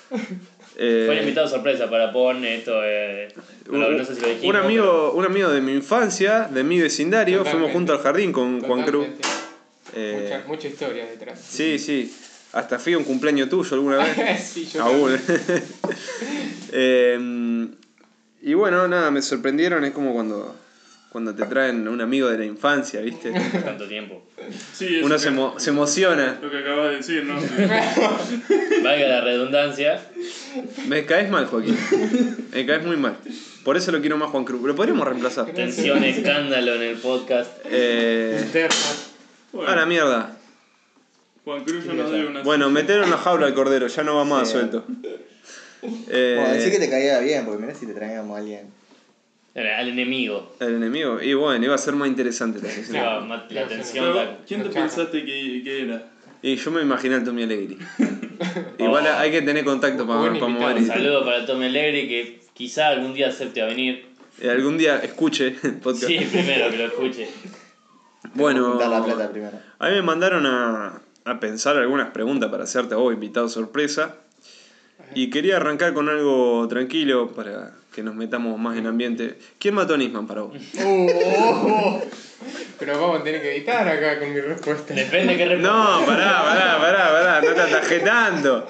Speaker 7: Eh,
Speaker 3: Fue un invitado sorpresa para PON, esto es. no, no sé si lo
Speaker 7: un
Speaker 3: dijimos.
Speaker 7: amigo, un amigo de mi infancia, de mi vecindario, fuimos
Speaker 6: Totalmente.
Speaker 7: juntos al jardín con Juan Cruz.
Speaker 6: Totalmente.
Speaker 7: Eh,
Speaker 6: Mucha, mucha historia detrás.
Speaker 7: sí, sí. Hasta fui a un cumpleaños tuyo alguna vez.
Speaker 6: sí, yo
Speaker 7: Aún. Eh, y bueno, nada, me sorprendieron. Es como cuando, cuando te traen un amigo de la infancia, ¿viste?
Speaker 3: pero Tanto tiempo.
Speaker 4: Sí, eso
Speaker 7: Uno
Speaker 4: que-
Speaker 7: se, emo- se emociona.
Speaker 4: Lo que acabas de decir, ¿no?
Speaker 3: Valga la redundancia.
Speaker 7: Me caes mal, Joaquín. Me caes muy mal. Por eso lo quiero más, Juan Cruz. Lo podríamos reemplazar.
Speaker 3: Tensión, escándalo en el podcast.
Speaker 7: Eh,
Speaker 6: Interna.
Speaker 7: a la
Speaker 4: Bueno,
Speaker 7: mierda.
Speaker 4: Juan Cruz ya nos dio una.
Speaker 7: Bueno, meter en la jaula al cordero, ya no va más
Speaker 5: Sí.
Speaker 7: suelto.
Speaker 5: Bueno, decí que
Speaker 7: Eh,
Speaker 5: te caía bien, porque mirá si te traíamos a alguien.
Speaker 3: Al enemigo.
Speaker 7: el enemigo. Y bueno, iba a ser más interesante la sesión.
Speaker 3: La, ma- la tensión.
Speaker 4: Pero,
Speaker 3: la-
Speaker 4: ¿Quién te
Speaker 6: Chaca.
Speaker 4: pensaste que, que era?
Speaker 7: Y yo me imaginé al Tommy Alegri. Igual
Speaker 3: Oh.
Speaker 7: hay que tener contacto para,
Speaker 6: Buen
Speaker 7: para
Speaker 6: invitado,
Speaker 7: mover.
Speaker 3: Un
Speaker 7: y-
Speaker 3: saludo para Tommy Alegre que quizá algún día acepte a venir.
Speaker 7: y Eh, algún día escuche el podcast.
Speaker 3: Sí, primero que lo escuche.
Speaker 7: Bueno,
Speaker 5: Juntar la plata primero.
Speaker 7: a mí me mandaron a, a pensar algunas preguntas para hacerte a vos, invitado sorpresa. Y quería arrancar con algo tranquilo para que nos metamos más en ambiente. ¿Quién mató a Nisman para vos?
Speaker 6: Uh, oh, oh. Pero vamos a tener que editar acá con mi respuesta.
Speaker 3: Depende que
Speaker 7: No, pará, pará, pará, pará, no te atajé tanto.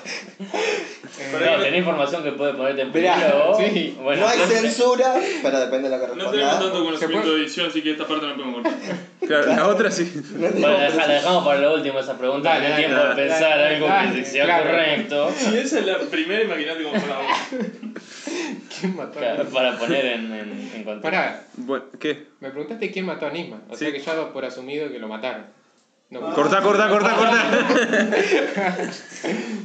Speaker 3: No, tenés información que puede ponerte en
Speaker 5: Mirá,
Speaker 3: peligro. vos.
Speaker 6: sí.
Speaker 3: Bueno,
Speaker 5: no hay
Speaker 3: entonces-
Speaker 5: censura, pero depende de lo que
Speaker 4: No tenemos
Speaker 5: respondas.
Speaker 4: tanto conocimiento
Speaker 6: puede?
Speaker 4: de edición, así que esta parte no la podemos cortar.
Speaker 7: Claro, la otra sí.
Speaker 5: No
Speaker 3: Bueno,
Speaker 5: tenemos-
Speaker 3: la deja- la dejamos para lo último esa pregunta.
Speaker 6: Dale,
Speaker 3: Dale,
Speaker 6: dale,
Speaker 3: tiempo
Speaker 7: dale,
Speaker 3: de pensar
Speaker 6: dale,
Speaker 3: algo
Speaker 6: dale,
Speaker 3: que sea
Speaker 6: claro.
Speaker 3: correcto
Speaker 4: Si esa es la primera, imagínate cómo fue la voz.
Speaker 6: ¿Quién mató a
Speaker 3: ca-
Speaker 6: Nisman?
Speaker 3: para poner en, en, en contexto.
Speaker 6: Pará,
Speaker 7: Bueno, ¿qué?
Speaker 6: me preguntaste quién mató a Nisman. O sea
Speaker 7: Sí. Ah.
Speaker 6: que ya doy por asumido que lo mataron. No,
Speaker 7: Cortá, cortá, cortá, cortá.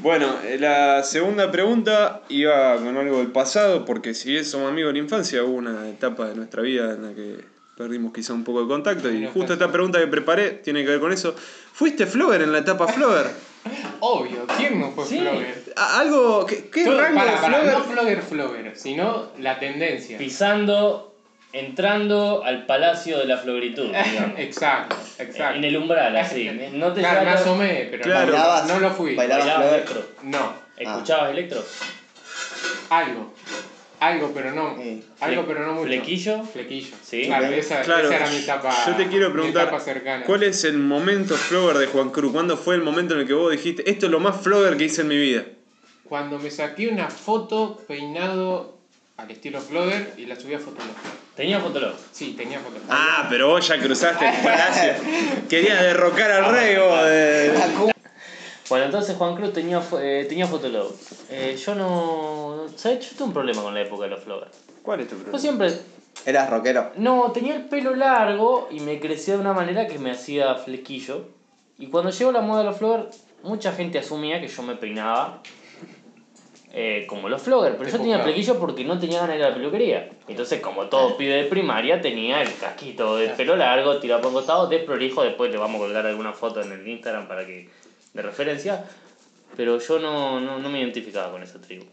Speaker 7: bueno, eh, la segunda pregunta iba con algo del pasado, porque si bien somos amigos de la infancia, hubo una etapa de nuestra vida en la que perdimos quizá un poco de contacto. Y
Speaker 6: Una
Speaker 7: justo
Speaker 6: etapa.
Speaker 7: esta pregunta que preparé tiene que ver con eso. ¿Fuiste Flover en la etapa Flover?
Speaker 6: Obvio, ¿quién no fue
Speaker 3: Sí.
Speaker 6: Flogger?
Speaker 7: A- ¿Algo? ¿Qué, qué
Speaker 6: Todo-
Speaker 7: rango
Speaker 6: pará, pará,
Speaker 7: Flover?
Speaker 6: no Flogger Flogger, sino la tendencia.
Speaker 3: Pisando, entrando al palacio de la floritud, digamos.
Speaker 6: Exacto, exacto.
Speaker 3: En el umbral, así. No te
Speaker 6: claro, me
Speaker 3: llevas-
Speaker 6: asomé, pero
Speaker 7: Claro.
Speaker 6: no,
Speaker 5: Bailabas-
Speaker 6: no lo fui.
Speaker 5: bailabas
Speaker 3: Bailabas
Speaker 5: flor.
Speaker 3: electro.
Speaker 6: No,
Speaker 3: ¿Escuchabas electro?
Speaker 6: algo. Algo, pero no.
Speaker 5: Sí.
Speaker 6: Algo,
Speaker 3: Fle-
Speaker 6: pero no mucho.
Speaker 3: ¿Flequillo?
Speaker 6: Flequillo.
Speaker 3: Sí.
Speaker 6: Claro, esa,
Speaker 7: Claro,
Speaker 6: esa era mi etapa.
Speaker 7: yo te quiero
Speaker 6: mi
Speaker 7: preguntar,
Speaker 6: etapa cercana.
Speaker 7: ¿cuál es el momento Flover de Juan Cruz? ¿Cuándo fue el momento en el que vos dijiste, esto es lo más Flover que hice en mi vida?
Speaker 6: Cuando me saqué una foto peinado al estilo Flogger y la subí a Fotolog.
Speaker 3: Tenía fotolog.
Speaker 6: Sí, tenía Fotolog.
Speaker 7: Ah, pero vos ya cruzaste el palacio. Querías derrocar al rey vos. de-
Speaker 5: La cu-
Speaker 3: Bueno, entonces Juan Cruz tenía, fo- eh, tenía fotolog. Eh, yo no... ¿Sabes? Yo tuve un problema con la época de los floggers.
Speaker 7: ¿Cuál es tu
Speaker 3: Yo
Speaker 7: problema?
Speaker 3: siempre...
Speaker 5: Eras rockero.
Speaker 3: No, tenía el pelo largo y me crecía de una manera que me hacía flequillo. Y cuando llegó la moda de los floggers, mucha gente asumía que yo me peinaba eh, como los floggers. Pero
Speaker 6: Te
Speaker 3: yo tenía
Speaker 6: enfocaba.
Speaker 3: flequillo porque no tenía ganas de ir a la peluquería. Entonces, como todo pibe de primaria, tenía el casquito de pelo largo, tirado por un costado, desprolijo. Después le vamos a colgar alguna foto en el Instagram para que... de referencia. Pero yo no, no, no me identificaba con esa tribu.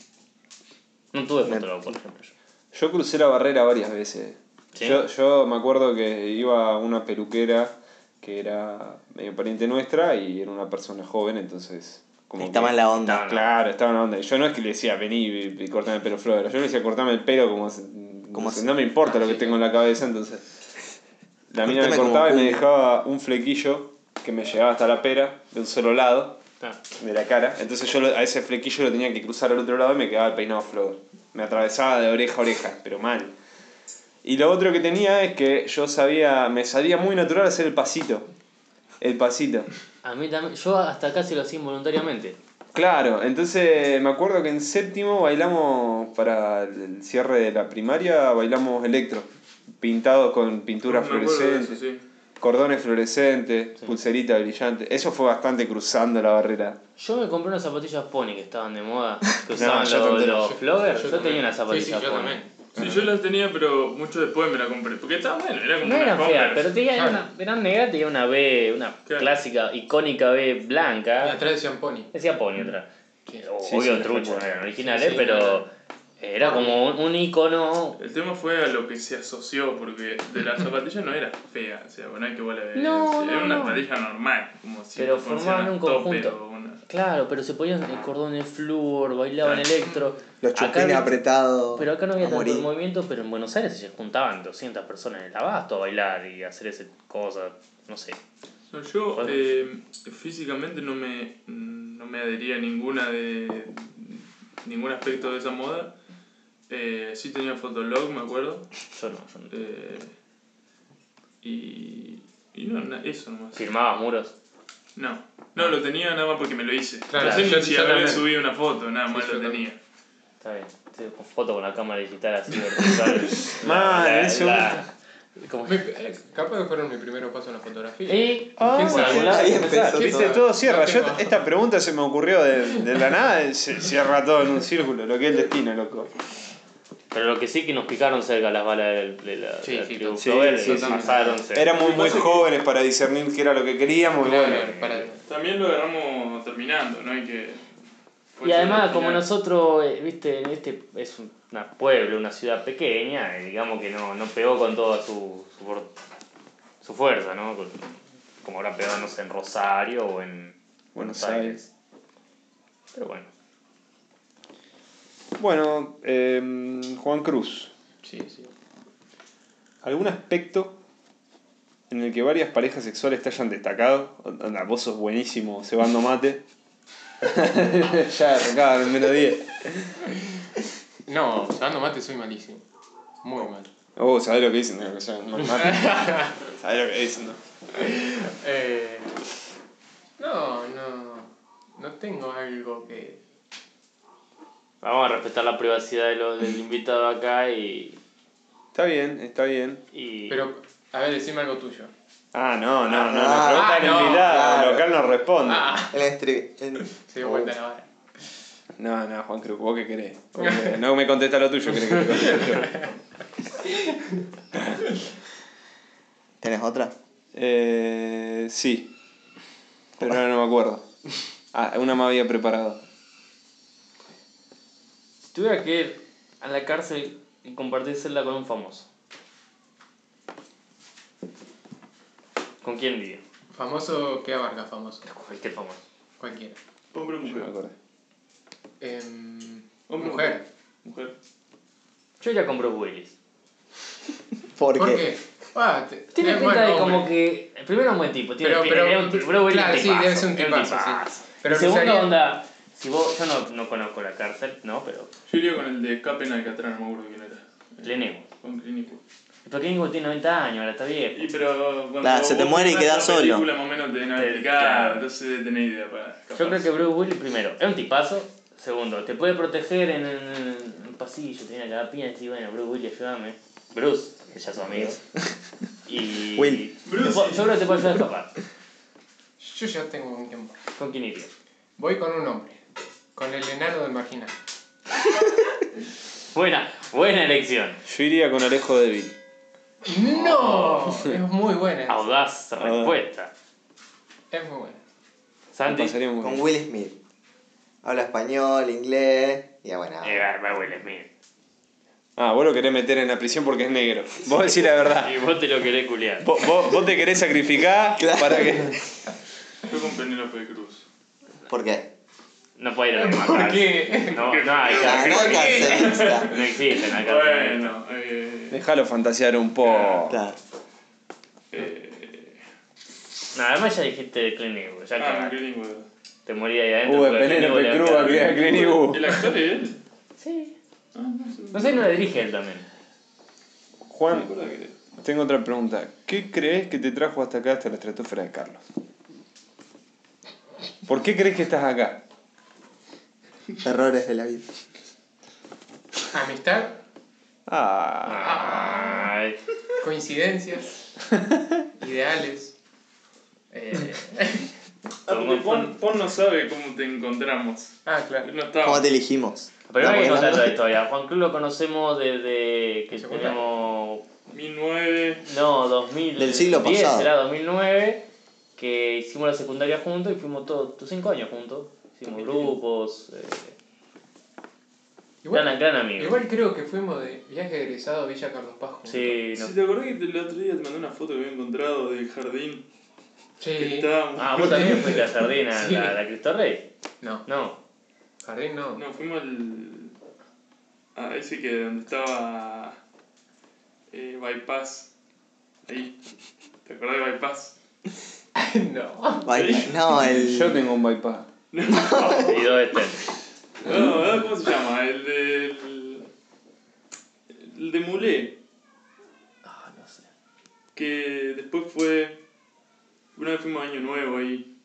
Speaker 3: No tuve fotógrafo, por ejemplo. yo.
Speaker 7: Yo crucé la barrera varias veces.
Speaker 3: Sí.
Speaker 7: Yo, yo me acuerdo que iba a una peluquera que era medio pariente nuestra y era una persona joven, entonces. Como
Speaker 5: Está
Speaker 7: que-
Speaker 5: mal la onda.
Speaker 7: Claro, estaba en la onda. Yo no es que le decía, vení y, y cortame el pelo flor. Yo le decía, cortame el pelo como. se-
Speaker 5: Como
Speaker 7: no sé,
Speaker 5: se-
Speaker 7: no me importa lo que tengo en la cabeza, entonces. La mina me
Speaker 5: Cortame como
Speaker 7: cortaba y me
Speaker 5: cumbia.
Speaker 7: dejaba un flequillo que me llegaba hasta la pera de un solo lado.
Speaker 3: Ah.
Speaker 7: de la cara. Entonces yo lo- a ese flequillo lo tenía que cruzar al otro lado y me quedaba el peinado flor. Me atravesaba de oreja a oreja, pero mal. Y lo otro que tenía es que yo sabía, me salía muy natural hacer el pasito. El pasito.
Speaker 3: A mí también, yo hasta casi lo hacía involuntariamente.
Speaker 7: Claro, entonces me acuerdo que en séptimo bailamos, para el cierre de la primaria, bailamos electro. Pintado con pintura
Speaker 4: Me acuerdo de eso,
Speaker 7: fluorescente,
Speaker 4: sí.
Speaker 7: cordones fluorescentes, pulserita brillante. Eso fue bastante cruzando la barrera.
Speaker 3: Yo me compré unas zapatillas pony que estaban de moda, que
Speaker 7: No,
Speaker 3: usaban
Speaker 7: yo
Speaker 3: los,
Speaker 7: también.
Speaker 3: los
Speaker 6: Yo-
Speaker 3: floggers.
Speaker 6: yo
Speaker 3: Yo,
Speaker 6: también.
Speaker 3: tenía unas zapatillas
Speaker 6: Sí, sí, yo
Speaker 3: pony.
Speaker 6: también.
Speaker 4: Sí, yo las tenía, pero mucho después me la compré. Porque estaba bueno, era como
Speaker 3: No
Speaker 4: una
Speaker 3: eran feas,
Speaker 4: Converse.
Speaker 3: pero tenía
Speaker 6: Claro.
Speaker 3: una, eran negras, tenía una B, una
Speaker 4: Claro.
Speaker 3: clásica, icónica B
Speaker 6: Y
Speaker 3: blanca.
Speaker 6: atrás decían Pony.
Speaker 3: Decía pony atrás.
Speaker 6: Sí.
Speaker 3: O-
Speaker 7: Sí,
Speaker 3: Obvio,
Speaker 7: sí,
Speaker 3: trucho, no eran originales,
Speaker 6: Sí, sí,
Speaker 3: pero
Speaker 6: claro.
Speaker 3: era como un, un icono.
Speaker 4: El tema fue a lo que se asoció, porque de la zapatilla no era fea, o sea, bueno, hay que vos la ves,
Speaker 3: No,
Speaker 4: era
Speaker 3: no,
Speaker 4: una
Speaker 3: no.
Speaker 4: zapatilla normal, como si
Speaker 3: Pero
Speaker 4: fuese
Speaker 3: formaban
Speaker 4: una
Speaker 3: un
Speaker 4: tope
Speaker 3: conjunto.
Speaker 4: o una-
Speaker 3: Claro, pero se ponían eh, cordones flúor, bailaban
Speaker 4: Claro.
Speaker 3: electro.
Speaker 5: Los
Speaker 3: Acá
Speaker 5: chupines
Speaker 3: vi-
Speaker 5: apretados.
Speaker 3: Pero acá no había
Speaker 5: a
Speaker 3: tanto
Speaker 5: morir.
Speaker 3: el movimiento, pero en Buenos Aires se juntaban 200 personas en el abasto a bailar y a hacer esas cosas, no sé.
Speaker 4: No, yo
Speaker 3: Bueno.
Speaker 4: eh, físicamente no me, no me adhería a ninguna de ningún aspecto de esa moda. Eh, sí tenía Fotolog, me acuerdo.
Speaker 3: Yo no, yo no.
Speaker 4: Eh, y, y no, na- eso nomás.
Speaker 3: Firmaba muros.
Speaker 4: No, no, lo tenía nada más porque me lo hice.
Speaker 6: Claro,
Speaker 4: no sé
Speaker 6: yo-
Speaker 4: ni si
Speaker 6: yo
Speaker 4: había
Speaker 6: también.
Speaker 4: subido una foto, nada más
Speaker 6: Sí,
Speaker 4: lo
Speaker 6: yo
Speaker 4: tenía.
Speaker 3: Está bien. Te- con Foto con la cámara digital así vertical.
Speaker 7: Mal, eh,
Speaker 3: La-
Speaker 7: eso.
Speaker 3: la- ¿Cómo?
Speaker 6: Mi- eh, capaz que fueron mis primeros pasos en la fotografía.
Speaker 3: Y.
Speaker 7: Ah,
Speaker 6: Piensa,
Speaker 7: sí,
Speaker 6: boludo,
Speaker 7: ahí
Speaker 5: ahí
Speaker 7: empezó
Speaker 5: empezó
Speaker 7: Viste,
Speaker 6: todo.
Speaker 7: todo cierra.
Speaker 6: No
Speaker 7: Yo,
Speaker 6: tengo-
Speaker 7: esta pregunta se me ocurrió de, de la nada, y se cierra todo en un círculo, lo que es el destino, loco.
Speaker 3: Pero lo que sí que nos picaron cerca las balas del- de la,
Speaker 6: Sí,
Speaker 3: de la
Speaker 6: sí,
Speaker 3: tribu
Speaker 7: sí,
Speaker 3: Flower,
Speaker 7: sí,
Speaker 3: y
Speaker 6: sí.
Speaker 3: pasaron cerca.
Speaker 7: Éramos muy
Speaker 4: pasa que-
Speaker 7: jóvenes para discernir qué era lo que queríamos. y
Speaker 6: Claro,
Speaker 7: bueno.
Speaker 6: para-
Speaker 4: También lo agarramos terminando, ¿no? hay que.
Speaker 3: Y además, como nosotros, eh, viste, en este es un una pueblo, una ciudad pequeña, eh, digamos que no, no pegó con toda su, su, for- su fuerza, ¿no? Con- Como habrá pegado, no sé, en Rosario o en
Speaker 7: Buenos Aires.
Speaker 3: Pero bueno.
Speaker 7: Bueno, eh, Juan Cruz,
Speaker 6: Sí, sí.
Speaker 7: ¿algún aspecto en el que varias parejas sexuales te hayan destacado? Onda, vos sos buenísimo cebando mate. ya arrancaban en menos 10.
Speaker 6: No, llevando mate soy malísimo. Muy mal.
Speaker 7: Oh, ¿sabés lo que dicen? de que son más malos? ¿Sabés lo que dicen? no?
Speaker 6: Eh, no, no. No tengo algo que.
Speaker 3: Vamos a respetar la privacidad de los, del invitado acá y.
Speaker 7: Está bien, está bien.
Speaker 3: y-
Speaker 6: Pero, a ver, decime algo tuyo.
Speaker 7: Ah, no, no, no,
Speaker 5: Ah,
Speaker 7: nos preguntan
Speaker 6: no,
Speaker 7: invitado,
Speaker 5: claro.
Speaker 7: local no responde.
Speaker 6: Ah,
Speaker 5: El estribillo. el-
Speaker 6: se dio vuelta la vara.
Speaker 7: No, no, Juan Cruz, vos qué querés. Vos qué querés. No me contesta lo tuyo, querés que te conteste yo.
Speaker 5: ¿Tenés otra?
Speaker 7: Eh, sí. Pero ahora no me acuerdo. Ah, una me había preparado.
Speaker 3: Si tuviera que ir a la cárcel y compartir celda con un famoso. ¿Con quién diría?
Speaker 6: Famoso, ¿qué abarca famoso?
Speaker 3: Cualquier famoso.
Speaker 6: Cualquiera.
Speaker 4: Hombre o
Speaker 7: No me
Speaker 4: mujer.
Speaker 7: acuerdo.
Speaker 6: Em,
Speaker 4: Hombre o
Speaker 6: mujer.
Speaker 4: Mujer.
Speaker 3: Yo iría con Bruce Willis.
Speaker 5: ¿Por,
Speaker 6: ¿Por
Speaker 5: qué?
Speaker 6: qué? Ah, te-
Speaker 3: Tiene
Speaker 6: es
Speaker 3: pinta
Speaker 6: buen
Speaker 3: de
Speaker 6: hombre.
Speaker 3: como que. Primero es un buen tipo, tiene
Speaker 6: Pero-
Speaker 3: pinta-
Speaker 6: pero-
Speaker 3: es un tipo- Bruce Willis
Speaker 6: claro, sí,
Speaker 3: tipazo,
Speaker 6: debe ser un
Speaker 3: es
Speaker 6: tipazo, sí. Pero
Speaker 3: Y segunda
Speaker 6: pensaría-
Speaker 3: onda, si vos, yo no, no conozco la cárcel, no, pero
Speaker 4: Yo iría con el de escape en Alcatraz, no me acuerdo quién era.
Speaker 3: le niego.
Speaker 4: Con Clínico.
Speaker 3: El pequeño tiene 90 años, ahora está viejo.
Speaker 4: Y pero cuando
Speaker 5: Claro, se te
Speaker 4: vos
Speaker 5: muere y
Speaker 4: filmás
Speaker 5: quedás
Speaker 4: una
Speaker 5: solo.
Speaker 4: película, más o menos te deben
Speaker 6: Eh,
Speaker 3: Te-
Speaker 4: explicar,
Speaker 3: claro.
Speaker 4: entonces tenés idea para escapar.
Speaker 3: Yo creo que Bruce Willis, primero, es un tipazo. Segundo, te puede proteger en en un pasillo, te viene a cada piña y decís, bueno, Bruce Willis, ayúdame. Bruce, que ya son amigos. Y.
Speaker 5: Will.
Speaker 3: te po- Yo creo que te puede ayudar a escapar.
Speaker 6: Yo ya tengo un tiempo.
Speaker 3: ¿Con quién irías?
Speaker 6: Voy con un hombre. Con el enano de Marginal.
Speaker 3: Buena, buena elección.
Speaker 7: Yo iría con Alejo Débil.
Speaker 6: ¡No! Es muy buena.
Speaker 3: Audaz respuesta.
Speaker 6: Es muy buena.
Speaker 3: Santi. Eh,
Speaker 7: Pasaríamos
Speaker 5: Con Will Smith. Habla español, inglés. Y ya bueno.
Speaker 3: va Will Smith.
Speaker 7: Ah, vos lo querés meter en la prisión porque es negro. Vos decís la verdad.
Speaker 3: Y vos te lo querés culiar.
Speaker 7: Vos, vos- vos te querés sacrificar para que.
Speaker 4: Yo con Penélope Cruz.
Speaker 5: ¿Por qué?
Speaker 3: No puede ir a la misma
Speaker 6: ¿Por
Speaker 3: cárcel.
Speaker 6: qué?
Speaker 3: No, no hay
Speaker 5: Ah, no
Speaker 3: cárcel.
Speaker 5: alcancé.
Speaker 3: No existen acá.
Speaker 4: Bueno, eh,
Speaker 7: Déjalo fantasear un poco.
Speaker 5: Claro.
Speaker 4: eh,
Speaker 3: No, además ya dijiste Clint Eastwood, ya
Speaker 4: ah,
Speaker 3: cagaste.
Speaker 4: Green Eastwood.
Speaker 3: Te moría ahí adentro.
Speaker 7: Uh,
Speaker 3: pero Clint Eastwood
Speaker 7: Penélope
Speaker 3: le
Speaker 7: Cruz,
Speaker 3: va a
Speaker 7: a
Speaker 3: quedar-
Speaker 7: Clint
Speaker 6: Uh.
Speaker 7: Eastwood.
Speaker 4: El actor es él.
Speaker 3: Sí.
Speaker 4: Ah, no sé.
Speaker 3: No sé, no la dirige él también.
Speaker 4: No me
Speaker 7: Juan,
Speaker 4: acuerdo que-
Speaker 7: tengo otra pregunta. ¿Qué crees que te trajo hasta acá, hasta la estratosfera de Carlos? ¿Por qué crees que estás acá?
Speaker 5: Errores de la vida.
Speaker 6: Amistad,
Speaker 7: Ah,
Speaker 3: Ay.
Speaker 6: coincidencias, ideales. Eh,
Speaker 4: Ah, porque Juan, Juan no sabe cómo te encontramos.
Speaker 6: ah, claro.
Speaker 4: No estaba.
Speaker 5: ¿Cómo te elegimos?
Speaker 3: Pero no hay que
Speaker 5: Bueno,
Speaker 3: contar toda la historia. Juan Cruz lo conocemos desde que
Speaker 6: Secundaria.
Speaker 3: tenemos.
Speaker 4: 2009.
Speaker 3: No, 2000.
Speaker 5: Del siglo pasado.
Speaker 3: Será 2009. Que hicimos la secundaria juntos y fuimos todos, tus cinco años juntos. Hicimos grupos. eh, gran,
Speaker 6: Igual,
Speaker 3: gran amigo.
Speaker 6: igual creo que fuimos de viaje egresado a Villa Carlos Paz. juntos.
Speaker 3: Sí, no.
Speaker 4: Si te acordás que el otro día te mandé una foto que había encontrado del jardín. Que
Speaker 6: Sí.
Speaker 4: estábamos.
Speaker 3: Ah, vos también fuiste a Sardina,
Speaker 6: Sí.
Speaker 3: la, la Cristo Rey.
Speaker 6: No,
Speaker 3: No.
Speaker 6: jardín no.
Speaker 4: No, fuimos al. A ese que donde estaba. eh, Bypass. Ahí. ¿Te acordás de Bypass?
Speaker 3: Ah,
Speaker 6: No.
Speaker 5: Ay, No, el.
Speaker 7: yo tengo un bypass.
Speaker 4: No, no,
Speaker 3: Y dos estén.
Speaker 4: no, ¿cómo se llama? El de. El, el de Mulé.
Speaker 3: Ah, no sé.
Speaker 4: Que después fue. Una vez fuimos a Año Nuevo ahí.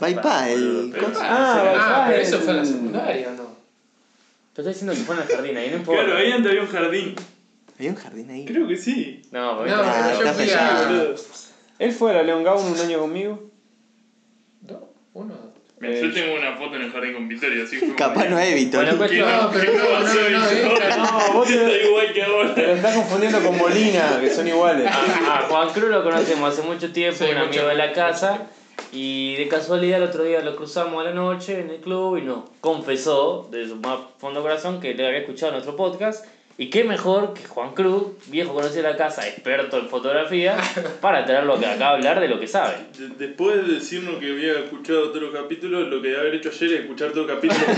Speaker 5: Bypass, el-
Speaker 3: boludo, pero-
Speaker 5: ¿cómo se-
Speaker 6: Ah,
Speaker 7: bypass
Speaker 6: pero
Speaker 7: es
Speaker 6: eso fue en la
Speaker 7: el-
Speaker 6: secundaria, ¿o ¿no?
Speaker 3: Te estoy diciendo que fue en el jardín, ahí no importa.
Speaker 4: Claro, ahí antes había un jardín.
Speaker 5: Hay un jardín ahí.
Speaker 4: Creo que sí.
Speaker 3: No,
Speaker 6: No,
Speaker 3: para mí está mal.
Speaker 5: Ah,
Speaker 6: yo
Speaker 5: está
Speaker 6: fui
Speaker 5: pesado.
Speaker 6: a.
Speaker 4: Boludo.
Speaker 7: Él fue a la León Gaun un año conmigo.
Speaker 6: ¿Dos? ¿Uno? dos.
Speaker 4: Mira, Yo tengo una foto en el jardín con Victoria, así fuimos
Speaker 5: Capaz
Speaker 4: ahí.
Speaker 5: no es Vito.
Speaker 3: Bueno, pues-
Speaker 4: Que no, que no, eh,
Speaker 6: no, no,
Speaker 4: soy
Speaker 6: no,
Speaker 4: yo.
Speaker 6: esta
Speaker 7: no, vos te-
Speaker 4: Está igual que ahora.
Speaker 7: Te lo estás confundiendo con Molina, que son iguales.
Speaker 3: A, a Juan Cruz lo conocemos hace mucho tiempo,
Speaker 6: Sí,
Speaker 3: un
Speaker 6: mucho,
Speaker 3: amigo de la
Speaker 6: mucho
Speaker 3: casa.
Speaker 6: tiempo.
Speaker 3: Y de casualidad el otro día lo cruzamos a la noche en el club y nos confesó de su más fondo corazón que le había escuchado nuestro podcast. Y qué mejor que Juan Cruz, viejo conocido de la casa, experto en fotografía, para tenerlo que acá a hablar de lo que sabe.
Speaker 4: De- Después de decirnos que había escuchado otro capítulo, lo que debe haber hecho ayer es escuchar otro capítulo. Que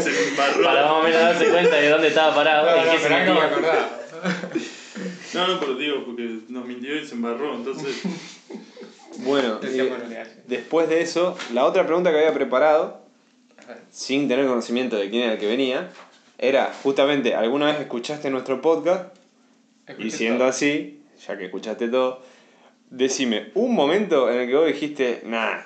Speaker 4: se me embarró.
Speaker 3: Para más o menos darse cuenta de dónde estaba parado.
Speaker 6: No,
Speaker 3: y
Speaker 6: no,
Speaker 3: qué se
Speaker 6: pero no me
Speaker 3: metía.
Speaker 6: acordaba.
Speaker 4: No, no, pero digo, porque nos mintió y se embarró, entonces.
Speaker 7: Bueno,
Speaker 6: Decíamos
Speaker 7: eh,
Speaker 6: lo que hace.
Speaker 7: después de eso, la otra pregunta que había preparado, sin tener conocimiento de quién era el que venía, era justamente, ¿alguna vez escuchaste nuestro podcast? Y
Speaker 6: Escuché
Speaker 7: siendo
Speaker 6: todo.
Speaker 7: así, ya que escuchaste todo, decime un momento en el que vos dijiste, nah,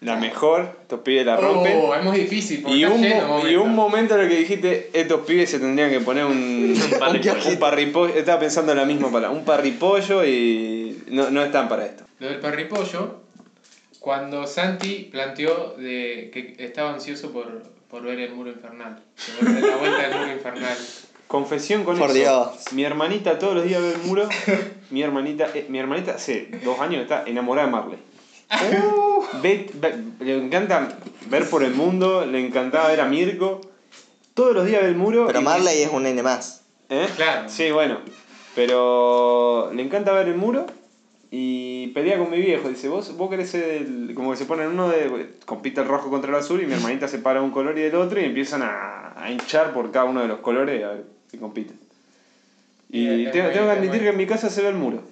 Speaker 7: la mejor, estos pibes la rompen.
Speaker 6: Oh, es muy difícil. Porque
Speaker 7: Y
Speaker 6: está
Speaker 7: un,
Speaker 6: lleno de
Speaker 7: mo- y un
Speaker 6: momentos.
Speaker 7: momento en el que dijiste, estos pibes se tendrían que poner un,
Speaker 3: Un parripollo.
Speaker 7: un parripollo. Estaba pensando en la misma palabra, un parripollo y no, no están para esto.
Speaker 6: Lo del parripollo, cuando Santi planteó de que estaba ansioso por, por ver el muro infernal. por ver La vuelta del muro infernal.
Speaker 7: Confesión con
Speaker 5: Por
Speaker 7: eso.
Speaker 5: Dios.
Speaker 7: Mi hermanita todos los días ve el muro. Mi hermanita, eh, mi hermanita hace dos años está enamorada de Marley.
Speaker 5: Uh.
Speaker 7: Ve- ve- le encanta ver por el mundo, le encantaba ver a Mirko. Todos los días ve el muro.
Speaker 5: Pero
Speaker 7: y-
Speaker 5: Marley es un nene más.
Speaker 7: ¿Eh?
Speaker 6: Claro.
Speaker 7: Sí, bueno. Pero le encanta ver el muro y pelea con mi viejo. Dice, vos, vos querés el... Como que se ponen uno de... Compite el rojo contra el azul y mi hermanita se para de un color y del otro y empiezan a, a hinchar por cada uno de los colores a ver si compiten. Y
Speaker 6: Y es
Speaker 7: tengo,
Speaker 6: muy-
Speaker 7: tengo que
Speaker 6: es
Speaker 7: admitir
Speaker 6: muy-
Speaker 7: que en mi casa se ve el muro.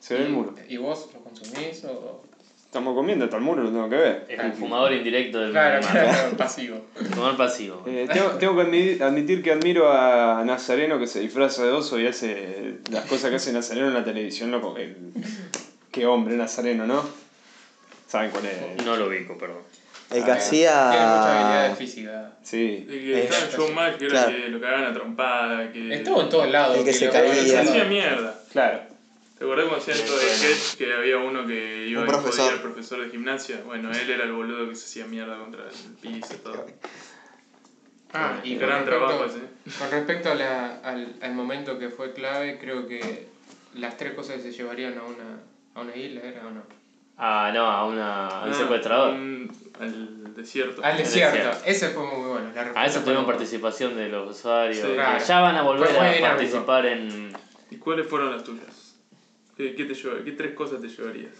Speaker 7: Se ve el
Speaker 6: ¿Y-
Speaker 7: muro.
Speaker 6: ¿Y vos lo consumís o...?
Speaker 7: Estamos comiendo, está el muro, lo tengo que ver.
Speaker 3: Es un fumador indirecto del
Speaker 6: Claro,
Speaker 3: mar.
Speaker 6: claro, pasivo.
Speaker 3: Fumador pasivo.
Speaker 7: Eh, tengo, tengo que admi- admitir que admiro a Nazareno que se disfraza de oso y hace las cosas que hace Nazareno en la televisión, loco. que- Qué hombre, Nazareno, ¿no? ¿Saben cuál es?
Speaker 3: No lo ubico, perdón.
Speaker 5: El que
Speaker 7: Ah,
Speaker 6: Tiene mucha
Speaker 5: hacía.
Speaker 6: habilidad física.
Speaker 7: Sí.
Speaker 4: El que estaba en
Speaker 5: Eh,
Speaker 4: Showmatch, que era
Speaker 5: claro.
Speaker 4: que lo cagaban a trompada, que...
Speaker 6: Estuvo en todos lados.
Speaker 5: El que se
Speaker 6: lo-
Speaker 5: caía.
Speaker 4: Se hacía
Speaker 6: lo-
Speaker 4: mierda.
Speaker 7: Claro.
Speaker 4: ¿Te acordás cuando hacían esto de sketch que había uno que iba
Speaker 5: Un
Speaker 4: y
Speaker 5: profesor.
Speaker 4: jodía al profesor de gimnasia? Bueno, él era el boludo que se hacía mierda contra el piso y todo.
Speaker 6: Ah, y con
Speaker 4: gran trabajo ese.
Speaker 6: respecto, con respecto a la- al, al momento que fue clave, creo que las tres cosas se llevarían a una, a una isla, ¿era o no?
Speaker 3: Ah, no, a, una, a un
Speaker 4: Ah,
Speaker 3: secuestrador.
Speaker 4: un- Al desierto.
Speaker 6: Al
Speaker 3: desierto.
Speaker 6: desierto. Ese fue muy bueno. La
Speaker 3: A eso
Speaker 6: respuesta
Speaker 3: tuvieron
Speaker 6: fue-
Speaker 3: participación de los usuarios.
Speaker 4: Sí.
Speaker 3: Que Ya van a volver
Speaker 6: Fue muy
Speaker 3: a
Speaker 6: dinámico.
Speaker 3: participar en.
Speaker 4: ¿Y cuáles fueron las tuyas? ¿Qué, qué te lleva- ¿Qué tres cosas te llevarías?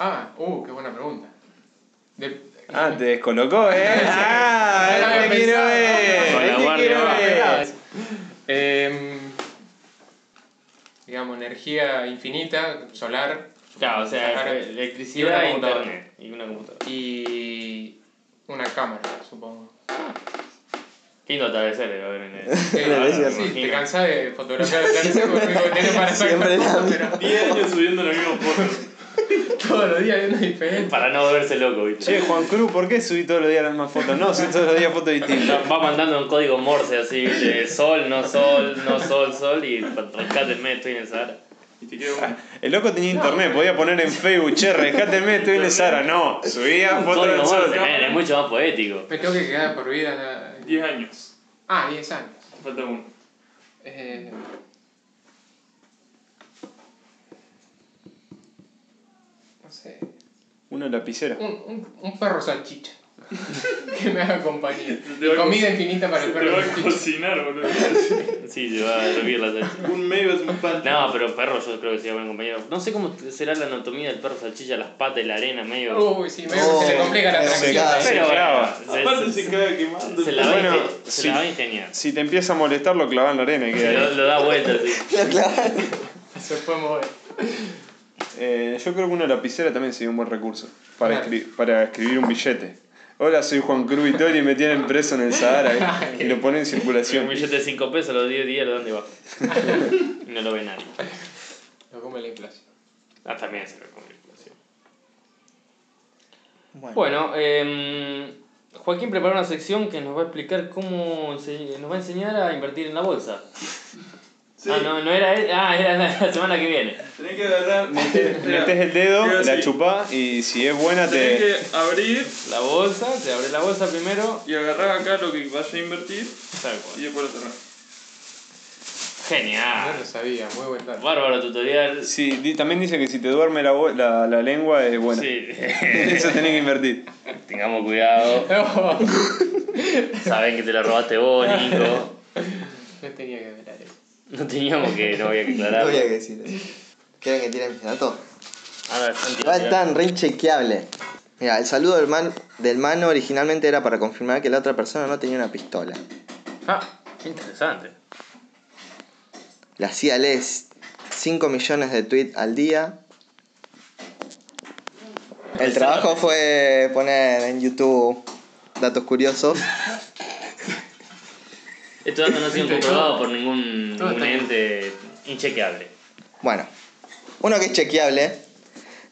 Speaker 6: Ah, uh, qué buena pregunta. De-
Speaker 7: Ah, te descolocó, ¿eh? ¡Ah!
Speaker 6: No lo
Speaker 7: ¡Este
Speaker 6: había
Speaker 7: quiero
Speaker 6: pensado.
Speaker 7: ver!
Speaker 3: Con la
Speaker 7: este
Speaker 3: guardia
Speaker 7: quiero
Speaker 3: baja.
Speaker 7: ver!
Speaker 6: Em, digamos, energía infinita, solar.
Speaker 3: Claro, o sea,
Speaker 6: Claro.
Speaker 3: electricidad e
Speaker 6: Y una computadora.
Speaker 3: internet. Y una computadora.
Speaker 6: Y una cámara, supongo.
Speaker 3: Qué lindo atardecer de ver en el.
Speaker 6: Sí,
Speaker 5: Claro,
Speaker 3: me
Speaker 5: sí,
Speaker 6: Ah, sí, te
Speaker 3: imagino.
Speaker 6: cansás de fotografiar el atardecer porque tenés para sacar
Speaker 5: Siempre la
Speaker 6: fotos,
Speaker 5: misma.
Speaker 4: 10 años subiendo la misma foto.
Speaker 6: pero todos los días viendo diferente.
Speaker 3: Para no volverse loco,
Speaker 7: Che,
Speaker 3: ¿viste?
Speaker 7: Juan Cruz, ¿por qué subí todos los días las mismas fotos? No, subí todos los días fotos distintas.
Speaker 3: Va mandando un código morse así, de sol, no sol, no sol, sol, y rescátenme, estoy en el Sahara.
Speaker 4: Y te queda un...
Speaker 7: El loco tenía internet, podía poner en Facebook, che, rescáteme, estoy en el Sara. No, subía
Speaker 3: Un
Speaker 7: fotos
Speaker 3: código
Speaker 7: del
Speaker 3: morse,
Speaker 7: sol.
Speaker 3: man, es mucho más poético.
Speaker 6: Me tengo que quedar por vida. la-
Speaker 4: 10 años.
Speaker 6: Ah, 10 años.
Speaker 4: Falta uno.
Speaker 6: Eh, No sé.
Speaker 7: Una lapicera.
Speaker 6: Un, un, un perro salchicha. que me haga compañía.
Speaker 4: Se te va
Speaker 6: Y
Speaker 4: a
Speaker 6: comida infinita para
Speaker 4: Se
Speaker 6: el
Speaker 4: te va
Speaker 6: perro
Speaker 4: a
Speaker 6: salchicha.
Speaker 4: cocinar, boludo.
Speaker 3: Sí, se va a hervir la salchicha.
Speaker 4: un medio es un pan.
Speaker 3: No, pero perro yo creo que sería buen compañero. No sé cómo será la anatomía del perro salchicha, las patas y la arena, medio...
Speaker 6: Uy, sí, medio
Speaker 5: Oh,
Speaker 6: que se le complica la
Speaker 5: se cae.
Speaker 6: transición.
Speaker 3: pero
Speaker 7: se
Speaker 3: bueno,
Speaker 7: clava.
Speaker 4: Aparte
Speaker 3: se- se,
Speaker 4: se caga quemando.
Speaker 3: se la va
Speaker 7: Bueno,
Speaker 3: ingen- se
Speaker 7: sí.
Speaker 3: la va a ingeniar.
Speaker 7: Si te empieza a molestar, lo clavan en la arena. y queda ahí.
Speaker 3: Lo, lo da vuelta así.
Speaker 5: Claro.
Speaker 6: Se fue a mover.
Speaker 7: Eh, yo creo que una lapicera también sería un buen recurso para,
Speaker 6: Claro.
Speaker 7: escri- para escribir un billete. Hola, soy Juan Cruz Vittori y me tienen preso en el Sahara. Y lo ponen en
Speaker 3: Un
Speaker 7: circulación.
Speaker 3: billete de 5 pesos los 10 días lo dan debajo. Y no lo ve nadie.
Speaker 6: Lo come la inflación.
Speaker 3: Ah, también se lo come. sí.
Speaker 5: Bueno.
Speaker 3: Bueno, eh, Joaquín preparó una sección que nos va a explicar cómo ense- nos va a enseñar a invertir en la bolsa.
Speaker 4: Sí,
Speaker 3: Ah, no, no era él. Ah, era la, la semana que viene.
Speaker 4: tenés que agarrar.
Speaker 7: Metes el dedo,
Speaker 4: Queda
Speaker 7: la
Speaker 4: así.
Speaker 7: chupás y si es buena te...
Speaker 4: Tenés que abrir
Speaker 3: La bolsa, se abre la bolsa primero.
Speaker 4: y agarrar acá lo que vaya a invertir
Speaker 3: Tal
Speaker 4: y
Speaker 3: cual.
Speaker 4: después lo cerrar.
Speaker 3: Genial.
Speaker 6: No lo sabía, muy buen dato.
Speaker 3: Bárbaro tutorial.
Speaker 7: Sí, di- también dice que si te duerme la, bo- la, la lengua es buena.
Speaker 3: Sí.
Speaker 7: Eso tenés que invertir.
Speaker 3: Tengamos cuidado. Saben que te la robaste vos, Nico.
Speaker 6: No tenía que velar eso.
Speaker 3: No teníamos que, no había que
Speaker 5: No
Speaker 3: aclararlo.
Speaker 5: voy a decir eso. ¿Quieren que tiren mis datos?
Speaker 3: Ahora Ah, Santi
Speaker 5: No
Speaker 3: va a
Speaker 5: es
Speaker 3: tirar.
Speaker 5: tan rechequeable. Mira, el saludo del, man, del mano originalmente era para confirmar que la otra persona no tenía una pistola.
Speaker 3: Ah, qué interesante.
Speaker 5: La CIA lees 5 millones de tweets al día. El trabajo fue poner en YouTube datos curiosos.
Speaker 3: Estos datos Este no han sido
Speaker 6: Viste,
Speaker 3: comprobados por ningún,
Speaker 6: todo
Speaker 3: ningún
Speaker 6: está-
Speaker 3: ente inchequeable.
Speaker 5: Bueno, uno que es chequeable.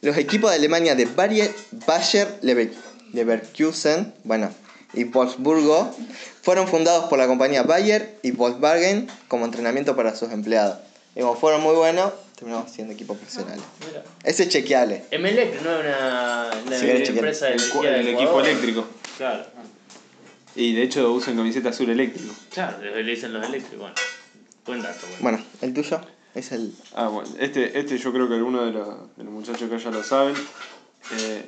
Speaker 5: Los equipos de Alemania de Bayer, Bayer Lever- Leverkusen bueno, y Wolfsburgo fueron fundados por la compañía Bayer y Volkswagen como entrenamiento para sus empleados. Y como fueron muy buenos, terminaron siendo equipos profesionales. Ese es chequeable.
Speaker 3: Emelec no es una, una
Speaker 5: Sí, era
Speaker 3: empresa de
Speaker 7: El, cu-
Speaker 3: energía
Speaker 7: el
Speaker 3: de
Speaker 7: equipo
Speaker 3: Ecuador.
Speaker 7: eléctrico.
Speaker 3: Claro,
Speaker 7: Y de hecho usan camiseta azul eléctrico.
Speaker 3: claro, le le dicen los eléctricos. Bueno, buen dato. Bueno.
Speaker 5: Bueno, el tuyo es el...
Speaker 7: Ah, bueno, este, este yo creo que algunos de los, de los muchachos que ya lo saben. Eh,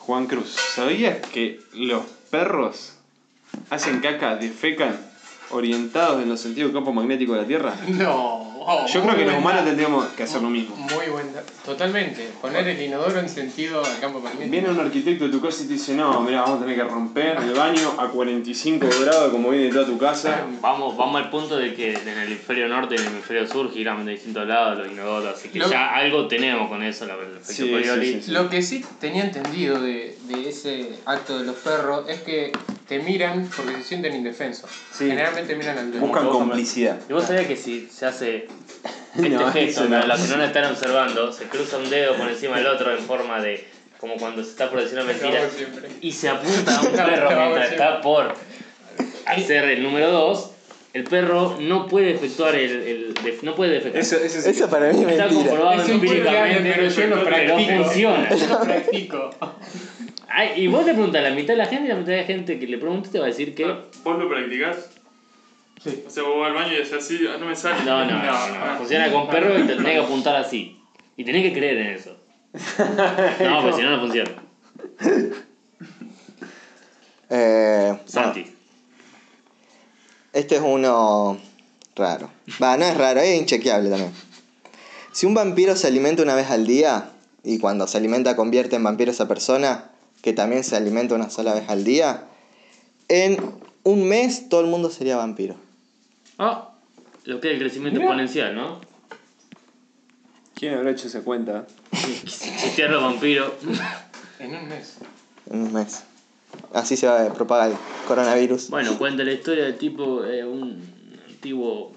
Speaker 7: Juan Cruz, ¿sabías que los perros hacen caca, defecan, orientados en los sentidos del campo magnético de la Tierra?
Speaker 6: No. oh,
Speaker 7: Yo creo
Speaker 6: muy
Speaker 7: que los
Speaker 6: buen
Speaker 7: humanos
Speaker 6: dato.
Speaker 7: tendríamos que hacer lo mismo.
Speaker 6: Muy buen dato. Totalmente. Poner el inodoro en sentido al campo magnético.
Speaker 7: Viene un arquitecto de tu casa y te dice, no, mira, vamos a tener que romper el baño a 45 grados como viene de toda tu casa.
Speaker 3: Vamos, vamos al punto de que en el hemisferio norte y en el hemisferio sur giran de distintos lados los inodoros, así que
Speaker 6: Lo-
Speaker 3: ya algo tenemos con eso, la el efecto
Speaker 7: Sí,
Speaker 3: Parioli.
Speaker 7: sí, sí, sí.
Speaker 6: Lo que sí tenía entendido de, de ese acto de los perros es que te miran porque se sienten indefensos.
Speaker 7: Sí.
Speaker 6: Generalmente miran al dedo.
Speaker 7: Buscan complicidad.
Speaker 3: ¿Y vos sabías que si se hace este
Speaker 7: No,
Speaker 3: gesto
Speaker 7: eso
Speaker 3: para
Speaker 7: no.
Speaker 3: los que no lo están observando, se cruza un dedo por encima del otro en forma de. como cuando se está por decir una mentira.
Speaker 6: Lo hago siempre.
Speaker 3: Y se apunta a un
Speaker 6: No,
Speaker 3: perro
Speaker 6: lo hago
Speaker 3: mientras
Speaker 6: siempre.
Speaker 3: está por hacer el número 2. El perro no puede efectuar el. el def- no puede defectuar.
Speaker 7: Eso, eso sí.
Speaker 5: Eso para mí es
Speaker 3: Está
Speaker 5: mentira.
Speaker 3: comprobado
Speaker 6: Es impecable,
Speaker 3: empíricamente,
Speaker 6: pero yo lo
Speaker 3: pero
Speaker 6: practico.
Speaker 3: funciona.
Speaker 6: Yo lo practico.
Speaker 3: Ay, y vos le preguntas a la mitad de la gente y la mitad de la gente que le pregunte te va a decir que. No,
Speaker 4: Ah, ¿Vos lo practicás?
Speaker 6: Sí.
Speaker 4: O sea, vos vas al baño y haces así, ah, no me sale.
Speaker 3: no, no. no. pues Funciona con perro y te tenés que apuntar así. Y tenés que creer en eso. No, pues si no, no funciona.
Speaker 5: Eh,
Speaker 3: Santi.
Speaker 5: Este es uno raro. Va, no es raro, es inchequeable también. Si un vampiro se alimenta una vez al día y cuando se alimenta convierte en vampiro a esa persona que también se alimenta una sola vez al día, en un mes todo el mundo sería vampiro.
Speaker 3: Ah, lo que es el crecimiento exponencial, ¿no?
Speaker 7: ¿Quién habrá hecho esa cuenta?
Speaker 3: Cristiano los vampiros.
Speaker 6: En un mes.
Speaker 7: Eh.
Speaker 5: En un mes. Así se va a propagar el coronavirus.
Speaker 3: Bueno, cuenta la historia del tipo, eh, un antiguo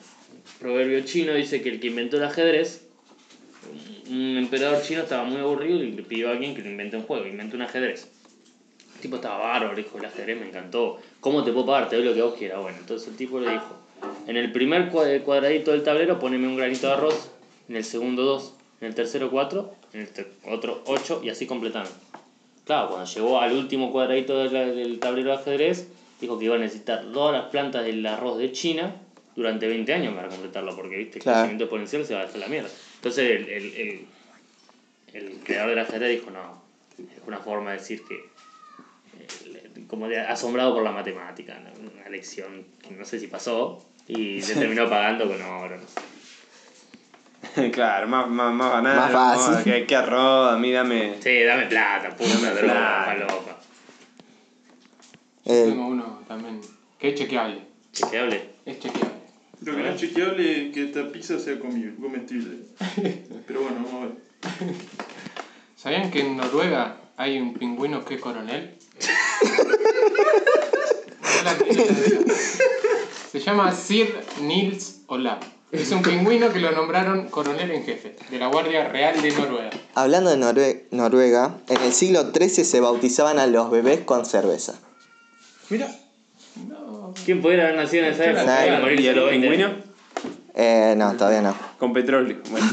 Speaker 3: proverbio chino dice que el que inventó el ajedrez, un emperador chino estaba muy aburrido y le pidió a alguien que le invente un juego, inventó un ajedrez. El tipo estaba bárbaro, dijo, el ajedrez me encantó, ¿cómo te puedo pagar? Te doy lo que vos quieras. Bueno, entonces el tipo le dijo, en el primer cua- cuadradito del tablero poneme un granito de arroz, en el segundo dos, en el tercero cuatro, en el ter- otro ocho y así completando. Claro, cuando llegó al último cuadradito de la- del tablero de ajedrez, dijo que iba a necesitar todas las plantas del arroz de China durante 20 años para completarlo, porque viste, el
Speaker 5: Claro.
Speaker 3: crecimiento exponencial se va a hacer la mierda. Entonces el, el, el- el creador del ajedrez dijo, no, es una forma de decir que, el- como de asombrado por la matemática, ¿no? una lección que no sé si pasó, y se terminó pagando con oro. no sé.
Speaker 7: claro, más, más, más banana.
Speaker 5: Más fácil.
Speaker 7: que, que arroz, a mí dame.
Speaker 3: Sí, dame plata, puta,
Speaker 7: Dame
Speaker 3: droga,
Speaker 7: plata.
Speaker 3: palopa.
Speaker 5: Eh,
Speaker 6: Tengo uno también. Que es chequeable.
Speaker 3: Chequeable.
Speaker 6: Es chequeable.
Speaker 4: Lo que no es chequeable es que esta pizza sea comi- comestible. Pero bueno, vamos a ver.
Speaker 6: ¿Sabían que en Noruega hay un pingüino que es coronel? No la tenía idea. Se llama Sir Nils Olav. Es un pingüino que lo nombraron coronel en jefe de la Guardia Real de Noruega.
Speaker 5: hablando de Norue- Noruega, en el siglo XIII se bautizaban a los bebés con cerveza.
Speaker 6: Mira. No.
Speaker 3: ¿Quién pudiera haber nacido en esa época?
Speaker 5: Nadie.
Speaker 3: Iba a morirse
Speaker 7: ¿Y a los
Speaker 3: de 20.
Speaker 7: pingüinos?
Speaker 5: Eh, no, todavía no.
Speaker 7: Con petróleo. Bueno,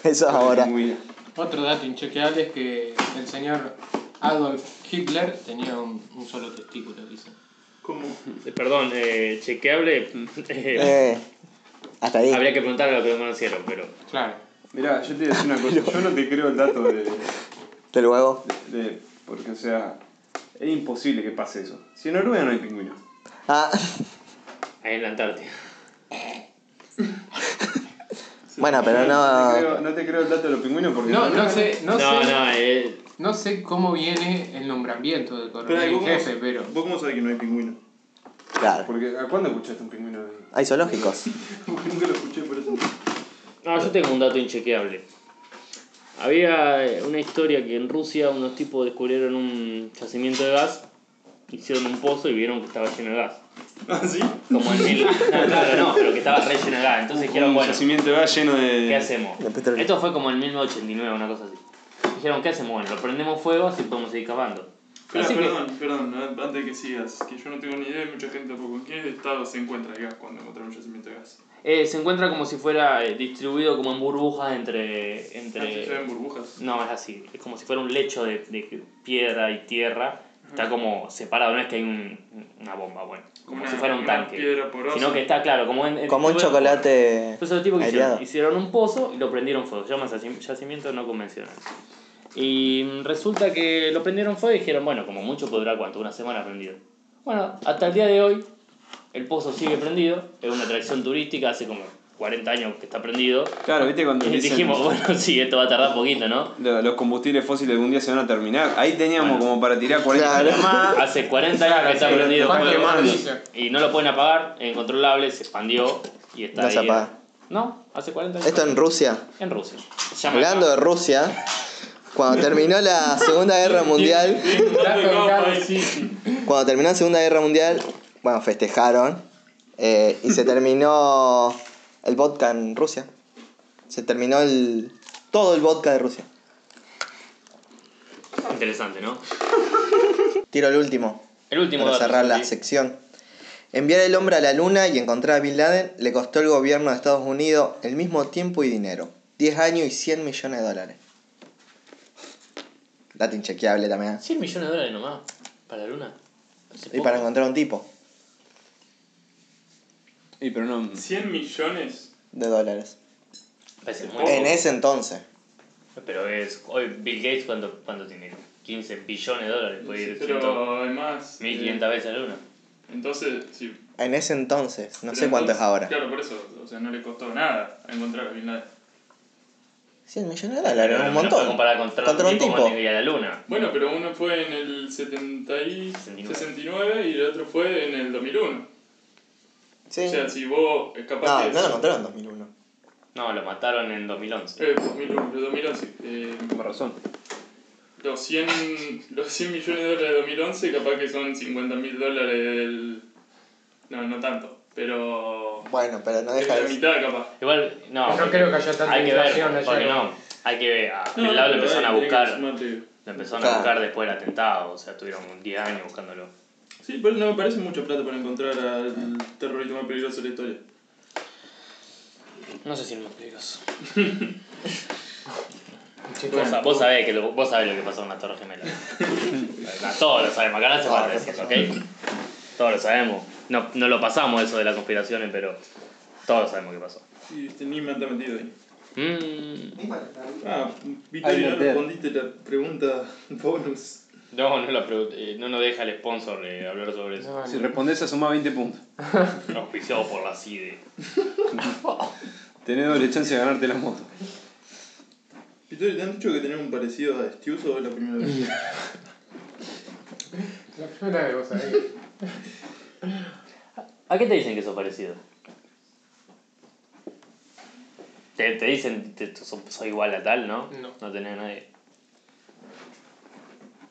Speaker 5: Eso es ahora.
Speaker 7: pingüino.
Speaker 6: Otro dato inchequeable es que el señor Adolf Hitler tenía un, un solo testículo, dicen.
Speaker 4: ¿Cómo?
Speaker 3: Eh, Perdón, eh, chequeable.
Speaker 6: Mm.
Speaker 3: eh,
Speaker 5: Eh, hasta
Speaker 6: Eh.
Speaker 5: ahí.
Speaker 3: habría que preguntarle a los que lo conocieron, pero.
Speaker 6: Claro.
Speaker 7: Mirá, yo te voy a decir una cosa. Yo no te creo el dato de,
Speaker 5: Te luego.
Speaker 7: de- Porque, o sea, es imposible que pase eso. Si en Noruega no hay pingüinos.
Speaker 5: Ah.
Speaker 3: Ahí en la Antártida.
Speaker 5: Bueno, pero
Speaker 7: No te,
Speaker 5: no.
Speaker 7: creo, no te creo el dato de los pingüinos porque.
Speaker 6: No,
Speaker 7: en
Speaker 6: no
Speaker 7: Noruega
Speaker 6: sé, no,
Speaker 3: No, no,
Speaker 6: sé,
Speaker 3: eh,
Speaker 6: no sé cómo viene el nombramiento del
Speaker 4: Pero,
Speaker 6: coronel en
Speaker 4: ¿vos,
Speaker 6: jefe,
Speaker 4: cómo-
Speaker 6: pero
Speaker 4: ¿Vos cómo sabés que no hay pingüino?
Speaker 5: Claro.
Speaker 7: Porque, ¿a cuándo escuchaste un pingüino? de-
Speaker 5: Hay zoológicos.
Speaker 4: Nunca lo escuché por eso.
Speaker 3: no, yo tengo un dato inchequeable. Había eh, una historia que en Rusia unos tipos descubrieron un yacimiento de gas, hicieron un pozo y vieron que estaba lleno de gas.
Speaker 7: ¿Ah, sí?
Speaker 3: Como en mil... No, claro, no, pero que estaba re lleno de gas. Entonces dijeron,
Speaker 7: Un
Speaker 3: bueno,
Speaker 7: yacimiento de gas lleno de...
Speaker 3: ¿qué hacemos?
Speaker 5: De petróleo.
Speaker 3: Esto fue como en 1989, una cosa así. Dijeron, ¿qué hacemos? Bueno, lo prendemos fuego así podemos seguir cavando.
Speaker 4: Espera,
Speaker 3: Así que-
Speaker 4: perdón, perdón, a- antes que sigas, que yo no tengo ni idea y mucha gente tampoco. ¿En qué estado se encuentra el gas cuando encontraron un yacimiento de gas?
Speaker 3: Eh, se encuentra como si fuera eh, distribuido como en burbujas entre...
Speaker 4: Ah, ¿Se
Speaker 3: entre...
Speaker 4: ven burbujas?
Speaker 3: No, es así. Es como si fuera un lecho de, de piedra y tierra. Está como separado, no es que hay un- una bomba, bueno. Como
Speaker 4: Una-
Speaker 3: si fuera un
Speaker 4: una
Speaker 3: tanque.
Speaker 4: piedra porosa.
Speaker 3: Sino que está claro, como en... en-
Speaker 5: Como un chocolate.
Speaker 3: Entonces los tipos que hicieron,
Speaker 5: aireado.
Speaker 3: hicieron un pozo y lo prendieron fuego. Se llama yaci- yacimiento no convencional. Y mm, resulta que lo prendieron fuego y dijeron, bueno, como mucho podrá cuánto, una semana prendido. Bueno, hasta el día de hoy el pozo sigue prendido. Es una atracción turística, hace como 40 años que está prendido.
Speaker 7: Claro, viste cuando
Speaker 3: Y
Speaker 7: dicen,
Speaker 3: dijimos, bueno, sí, esto va a tardar poquito, ¿no?
Speaker 7: "Lo- los combustibles fósiles algún día se van a terminar. Ahí teníamos
Speaker 3: Bueno.
Speaker 7: como para tirar 40
Speaker 5: Claro.
Speaker 7: años más.
Speaker 3: Hace 40 años que está
Speaker 6: sí,
Speaker 3: prendido.
Speaker 6: están
Speaker 3: fuego.
Speaker 6: quemando.
Speaker 3: Y no lo pueden apagar, es incontrolable, se expandió y está
Speaker 5: No
Speaker 3: ahí.
Speaker 5: se apaga.
Speaker 3: No, hace 40 años.
Speaker 5: Esto en Rusia.
Speaker 3: En Rusia. Se llama-
Speaker 5: Hablando de Rusia, cuando terminó la Segunda Guerra Mundial,
Speaker 4: Tiene un montón de
Speaker 6: Trajo el
Speaker 4: gas
Speaker 6: gas,
Speaker 4: ahí.
Speaker 6: sí.
Speaker 5: cuando terminó la Segunda Guerra Mundial, bueno, festejaron eh, y se terminó el vodka en Rusia. Se terminó el todo el vodka de Rusia.
Speaker 3: Interesante, ¿no?
Speaker 5: Tiro el último
Speaker 3: El último
Speaker 5: para
Speaker 3: dato,
Speaker 5: cerrar la
Speaker 3: sí.
Speaker 5: sección. Enviar el hombre a la luna y encontrar a Bin Laden le costó al gobierno de Estados Unidos el mismo tiempo y dinero. 10 años y 100 millones de dólares. Dato inchequeable también. ¿eh?
Speaker 3: 100 millones de dólares nomás para la luna. Hace
Speaker 5: Y
Speaker 3: poco.
Speaker 5: para encontrar un tipo
Speaker 7: Y pero no...
Speaker 4: 100 millones.
Speaker 5: de dólares.
Speaker 3: Parece muy
Speaker 5: En
Speaker 3: poco.
Speaker 5: ese entonces.
Speaker 3: Pero es. Hoy Bill Gates, ¿cuánto, cuánto tiene? 15 billones de dólares. Puede ir ciento-
Speaker 4: Pero además.
Speaker 3: 1500 veces a la luna.
Speaker 4: Entonces, sí.
Speaker 5: En ese entonces. No
Speaker 4: Pero
Speaker 5: sé cuánto es
Speaker 4: entonces-
Speaker 5: ahora.
Speaker 4: Claro, por eso. O sea, no le costó nada encontrar a Bin Laden.
Speaker 5: 100 millones de dólares,
Speaker 3: Pero
Speaker 5: un
Speaker 3: no
Speaker 5: montón.
Speaker 3: puede comparar contra,
Speaker 5: Contra un
Speaker 3: un tipo.
Speaker 5: tipo.
Speaker 3: que iba a la luna.
Speaker 4: Bueno, pero uno fue en el 70 y
Speaker 3: 69.
Speaker 4: 69 y el otro fue en el 2001.
Speaker 5: Sí.
Speaker 4: O sea, si vos es capaz
Speaker 5: No,
Speaker 4: que-
Speaker 5: no lo encontraron en 2001.
Speaker 3: No, lo mataron en 2011.
Speaker 4: Eh, 2001, 2011. eh,
Speaker 7: Con razón.
Speaker 4: los, 100, los 100 millones de dólares de 2011 capaz que son 50 mil dólares del... No, no tanto, pero...
Speaker 5: Bueno, pero no
Speaker 4: es
Speaker 5: deja
Speaker 4: la
Speaker 5: de
Speaker 4: mitad capaz.
Speaker 3: Igual, no.
Speaker 6: Yo
Speaker 3: porque-
Speaker 6: creo que haya tanta
Speaker 3: Ah, Hay que ver,
Speaker 6: inflación eh, allá.
Speaker 3: porque no. Hay que ver. ah, A Bin Laden lo
Speaker 4: pero
Speaker 3: empezaron a
Speaker 4: ahí tenés que
Speaker 3: buscar.
Speaker 4: sumarte.
Speaker 3: Lo empezaron
Speaker 5: Claro.
Speaker 3: a buscar después del atentado. O sea, tuvieron 10 años buscándolo.
Speaker 4: Sí, pero no me parece mucho plata para encontrar al terrorista más peligroso de la historia.
Speaker 3: No sé si es más peligroso.
Speaker 6: Chicos,
Speaker 3: Vos, sa- vos sabés que lo, vos sabés lo que pasó en la Torre Gemela. Na- todos lo sabemos, acá no hace
Speaker 5: Todos
Speaker 3: falta
Speaker 5: lo
Speaker 3: decirlo, ¿ok? Todos lo sabemos. No, no lo pasamos eso de las conspiraciones, pero todos sabemos qué pasó.
Speaker 4: Y este Nima está metido ahí.
Speaker 3: Mm,
Speaker 4: Ah, Vitoria, no
Speaker 7: meter.
Speaker 4: respondiste la pregunta bonus.
Speaker 3: no, no, la pregun- eh, no nos deja el sponsor eh, hablar sobre eso.
Speaker 6: no,
Speaker 7: Si
Speaker 6: no.
Speaker 7: respondés a sumar 20 puntos.
Speaker 3: Auspiciado por la CIDE.
Speaker 7: Tenés doble chance de ganarte la moto.
Speaker 4: Vitoria, ¿te han dicho que tenés un parecido a Estiuso o es la primera vez?
Speaker 6: La primera vez vos sabés.
Speaker 3: ¿A qué te dicen que sos parecido? Te, te dicen que soy igual a tal, ¿no?
Speaker 6: No.
Speaker 3: No tenés a nadie.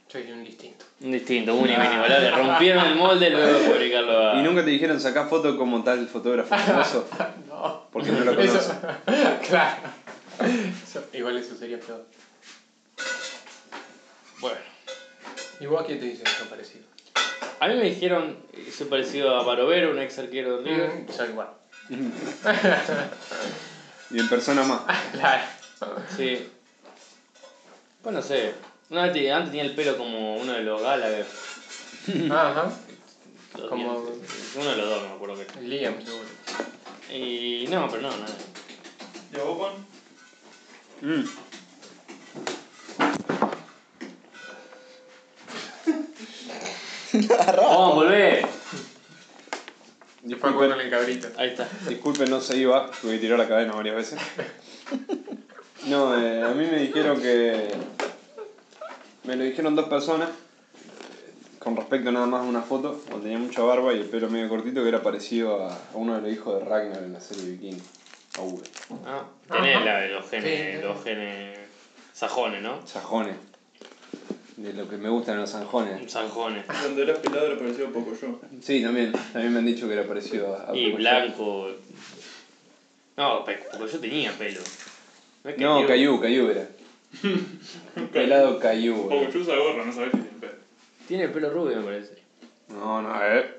Speaker 6: Soy un distinto.
Speaker 3: Un distinto, un inigualable. Rompieron el molde luego de fabricarlo a...
Speaker 7: Y nunca te dijeron sacar fotos como tal fotógrafo famoso.
Speaker 6: No.
Speaker 7: Porque no lo
Speaker 6: Eso.
Speaker 7: conoces.
Speaker 6: claro. Eso- igual eso sería peor.
Speaker 3: Bueno.
Speaker 6: ¿Y vos a qué te dicen que son parecidos?
Speaker 3: A mí me dijeron, eh, soy parecido a Barovero, un ex arquero de River.
Speaker 6: Mm, soy igual.
Speaker 7: Y en persona más.
Speaker 6: Claro.
Speaker 3: Sí. Pues no sé. Una vez te- antes tenía el pelo como uno de los Gallagher.
Speaker 6: Ah, Ajá.
Speaker 3: Los
Speaker 6: Como-
Speaker 3: dientes. Uno de los dos, no me acuerdo
Speaker 6: Liam, seguro.
Speaker 3: que. Y no, pero no, nada.
Speaker 4: ¿Y a vos, Juan?
Speaker 7: Mm.
Speaker 3: ¡Vamos, volvé!
Speaker 6: Y fue a jugar con el cabrito.
Speaker 3: Ahí está.
Speaker 7: Disculpen, no se iba, tuve que tirar la cadena varias veces. No, eh, a mí me dijeron que. Me lo dijeron dos personas, con respecto nada más a una foto, cuando tenía mucha barba y el pelo medio cortito, que era parecido a, a uno de los hijos de Ragnar en la serie Viking, a V.
Speaker 3: Ah, tenés
Speaker 6: Ajá.
Speaker 3: la, los genes,
Speaker 6: Sí.
Speaker 3: los genes. Sajones, ¿no?
Speaker 7: Sajones. De lo que me gustan los sanjones.
Speaker 3: Sajones.
Speaker 4: Cuando eras pelado era parecido poco yo.
Speaker 7: Sí, también. También me han dicho que era parecido
Speaker 6: Ah,
Speaker 7: a. a
Speaker 3: Y
Speaker 6: pues
Speaker 7: Pocoyo.
Speaker 3: blanco. No, pe- porque yo tenía pelo. No, es que
Speaker 7: No,
Speaker 3: digo-
Speaker 7: Cayú, Cayú era. Pelado Cayú.
Speaker 4: Poco
Speaker 7: era.
Speaker 4: yo usa gorra, no sabes que tiene pelo.
Speaker 3: Tiene pelo rubio, me parece.
Speaker 7: No, no, eh.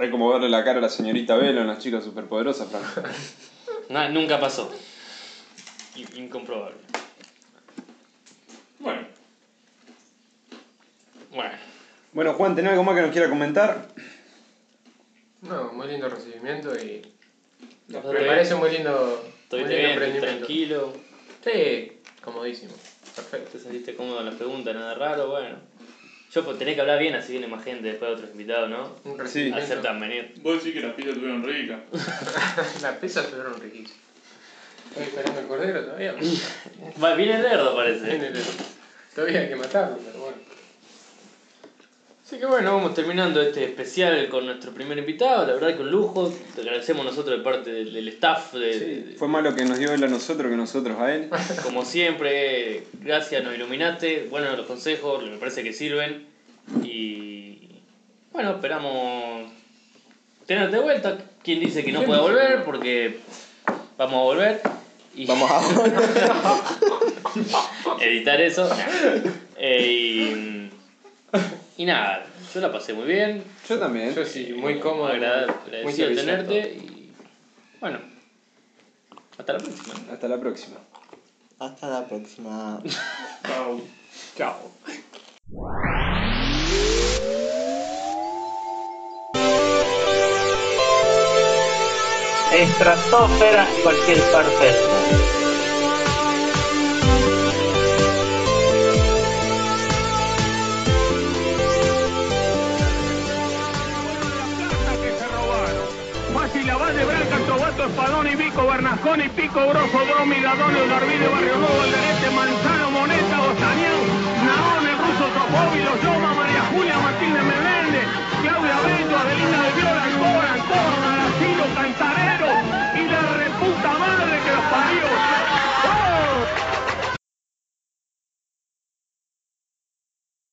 Speaker 7: Es como verle la cara a la señorita Velo en las chicas superpoderosas, Fran.
Speaker 3: No, nunca pasó. In- incomprobable.
Speaker 4: Bueno,
Speaker 3: Bueno,
Speaker 7: Bueno, Juan, ¿tenés algo más que nos quiera comentar?
Speaker 6: No, muy lindo recibimiento y.
Speaker 3: nosotros
Speaker 6: Me parece muy lindo. Muy
Speaker 3: estuviste
Speaker 6: lindo
Speaker 3: bien, estuviste
Speaker 6: emprendimiento.
Speaker 3: tranquilo.
Speaker 6: Sí, comodísimo. Perfecto.
Speaker 3: Te sentiste cómodo en las preguntas, nada raro, bueno. Yo pues, tenés que hablar bien, así viene más gente después de otros invitados, ¿no?
Speaker 6: Un recibimiento.
Speaker 3: Aceptan venir.
Speaker 4: vos decís que las pizzas tuvieron ricas.
Speaker 6: Las pizzas fueron riquísimas. Estoy esperando el cordero todavía.
Speaker 3: Va, viene el lerdo, parece.
Speaker 6: Tiene el- Todavía hay que matarlo, pero bueno.
Speaker 3: Así que bueno, vamos terminando este especial con nuestro primer invitado. La verdad que un lujo. Te agradecemos nosotros de parte del, del staff, de, de-
Speaker 7: Fue más lo que nos dio él a nosotros que nosotros a él.
Speaker 3: como siempre. Gracias, nos iluminaste. Bueno, los consejos, me parece que sirven. Y bueno, esperamos tenerte de vuelta. Quien dice que no puede volver, porque vamos a volver. Y
Speaker 5: Vamos a volver.
Speaker 3: editar eso. Eh, y, y nada, yo la pasé muy bien.
Speaker 7: Yo también.
Speaker 6: Yo sí, muy cómodo.
Speaker 3: Agrada-
Speaker 6: muy
Speaker 3: agradecido de
Speaker 6: civilizado.
Speaker 3: tenerte y bueno. Hasta la próxima.
Speaker 7: Hasta la próxima.
Speaker 5: Hasta la próxima.
Speaker 4: Chau.
Speaker 7: Chao.
Speaker 1: Estratosfera en cualquier parte del mundo.
Speaker 8: que se robaron. Fácil la de Branca, Sobato, Espadón y Vico, Bernasconi, Pico, Grosso, Bromi, Gadone, Darvide, Barrio Nuevo, Alderete, Manzano, Moneta, Ostanián, Naón, el ruso Tropovi, Los Loma, María Julia, Martínez Meléndez, Claudia B,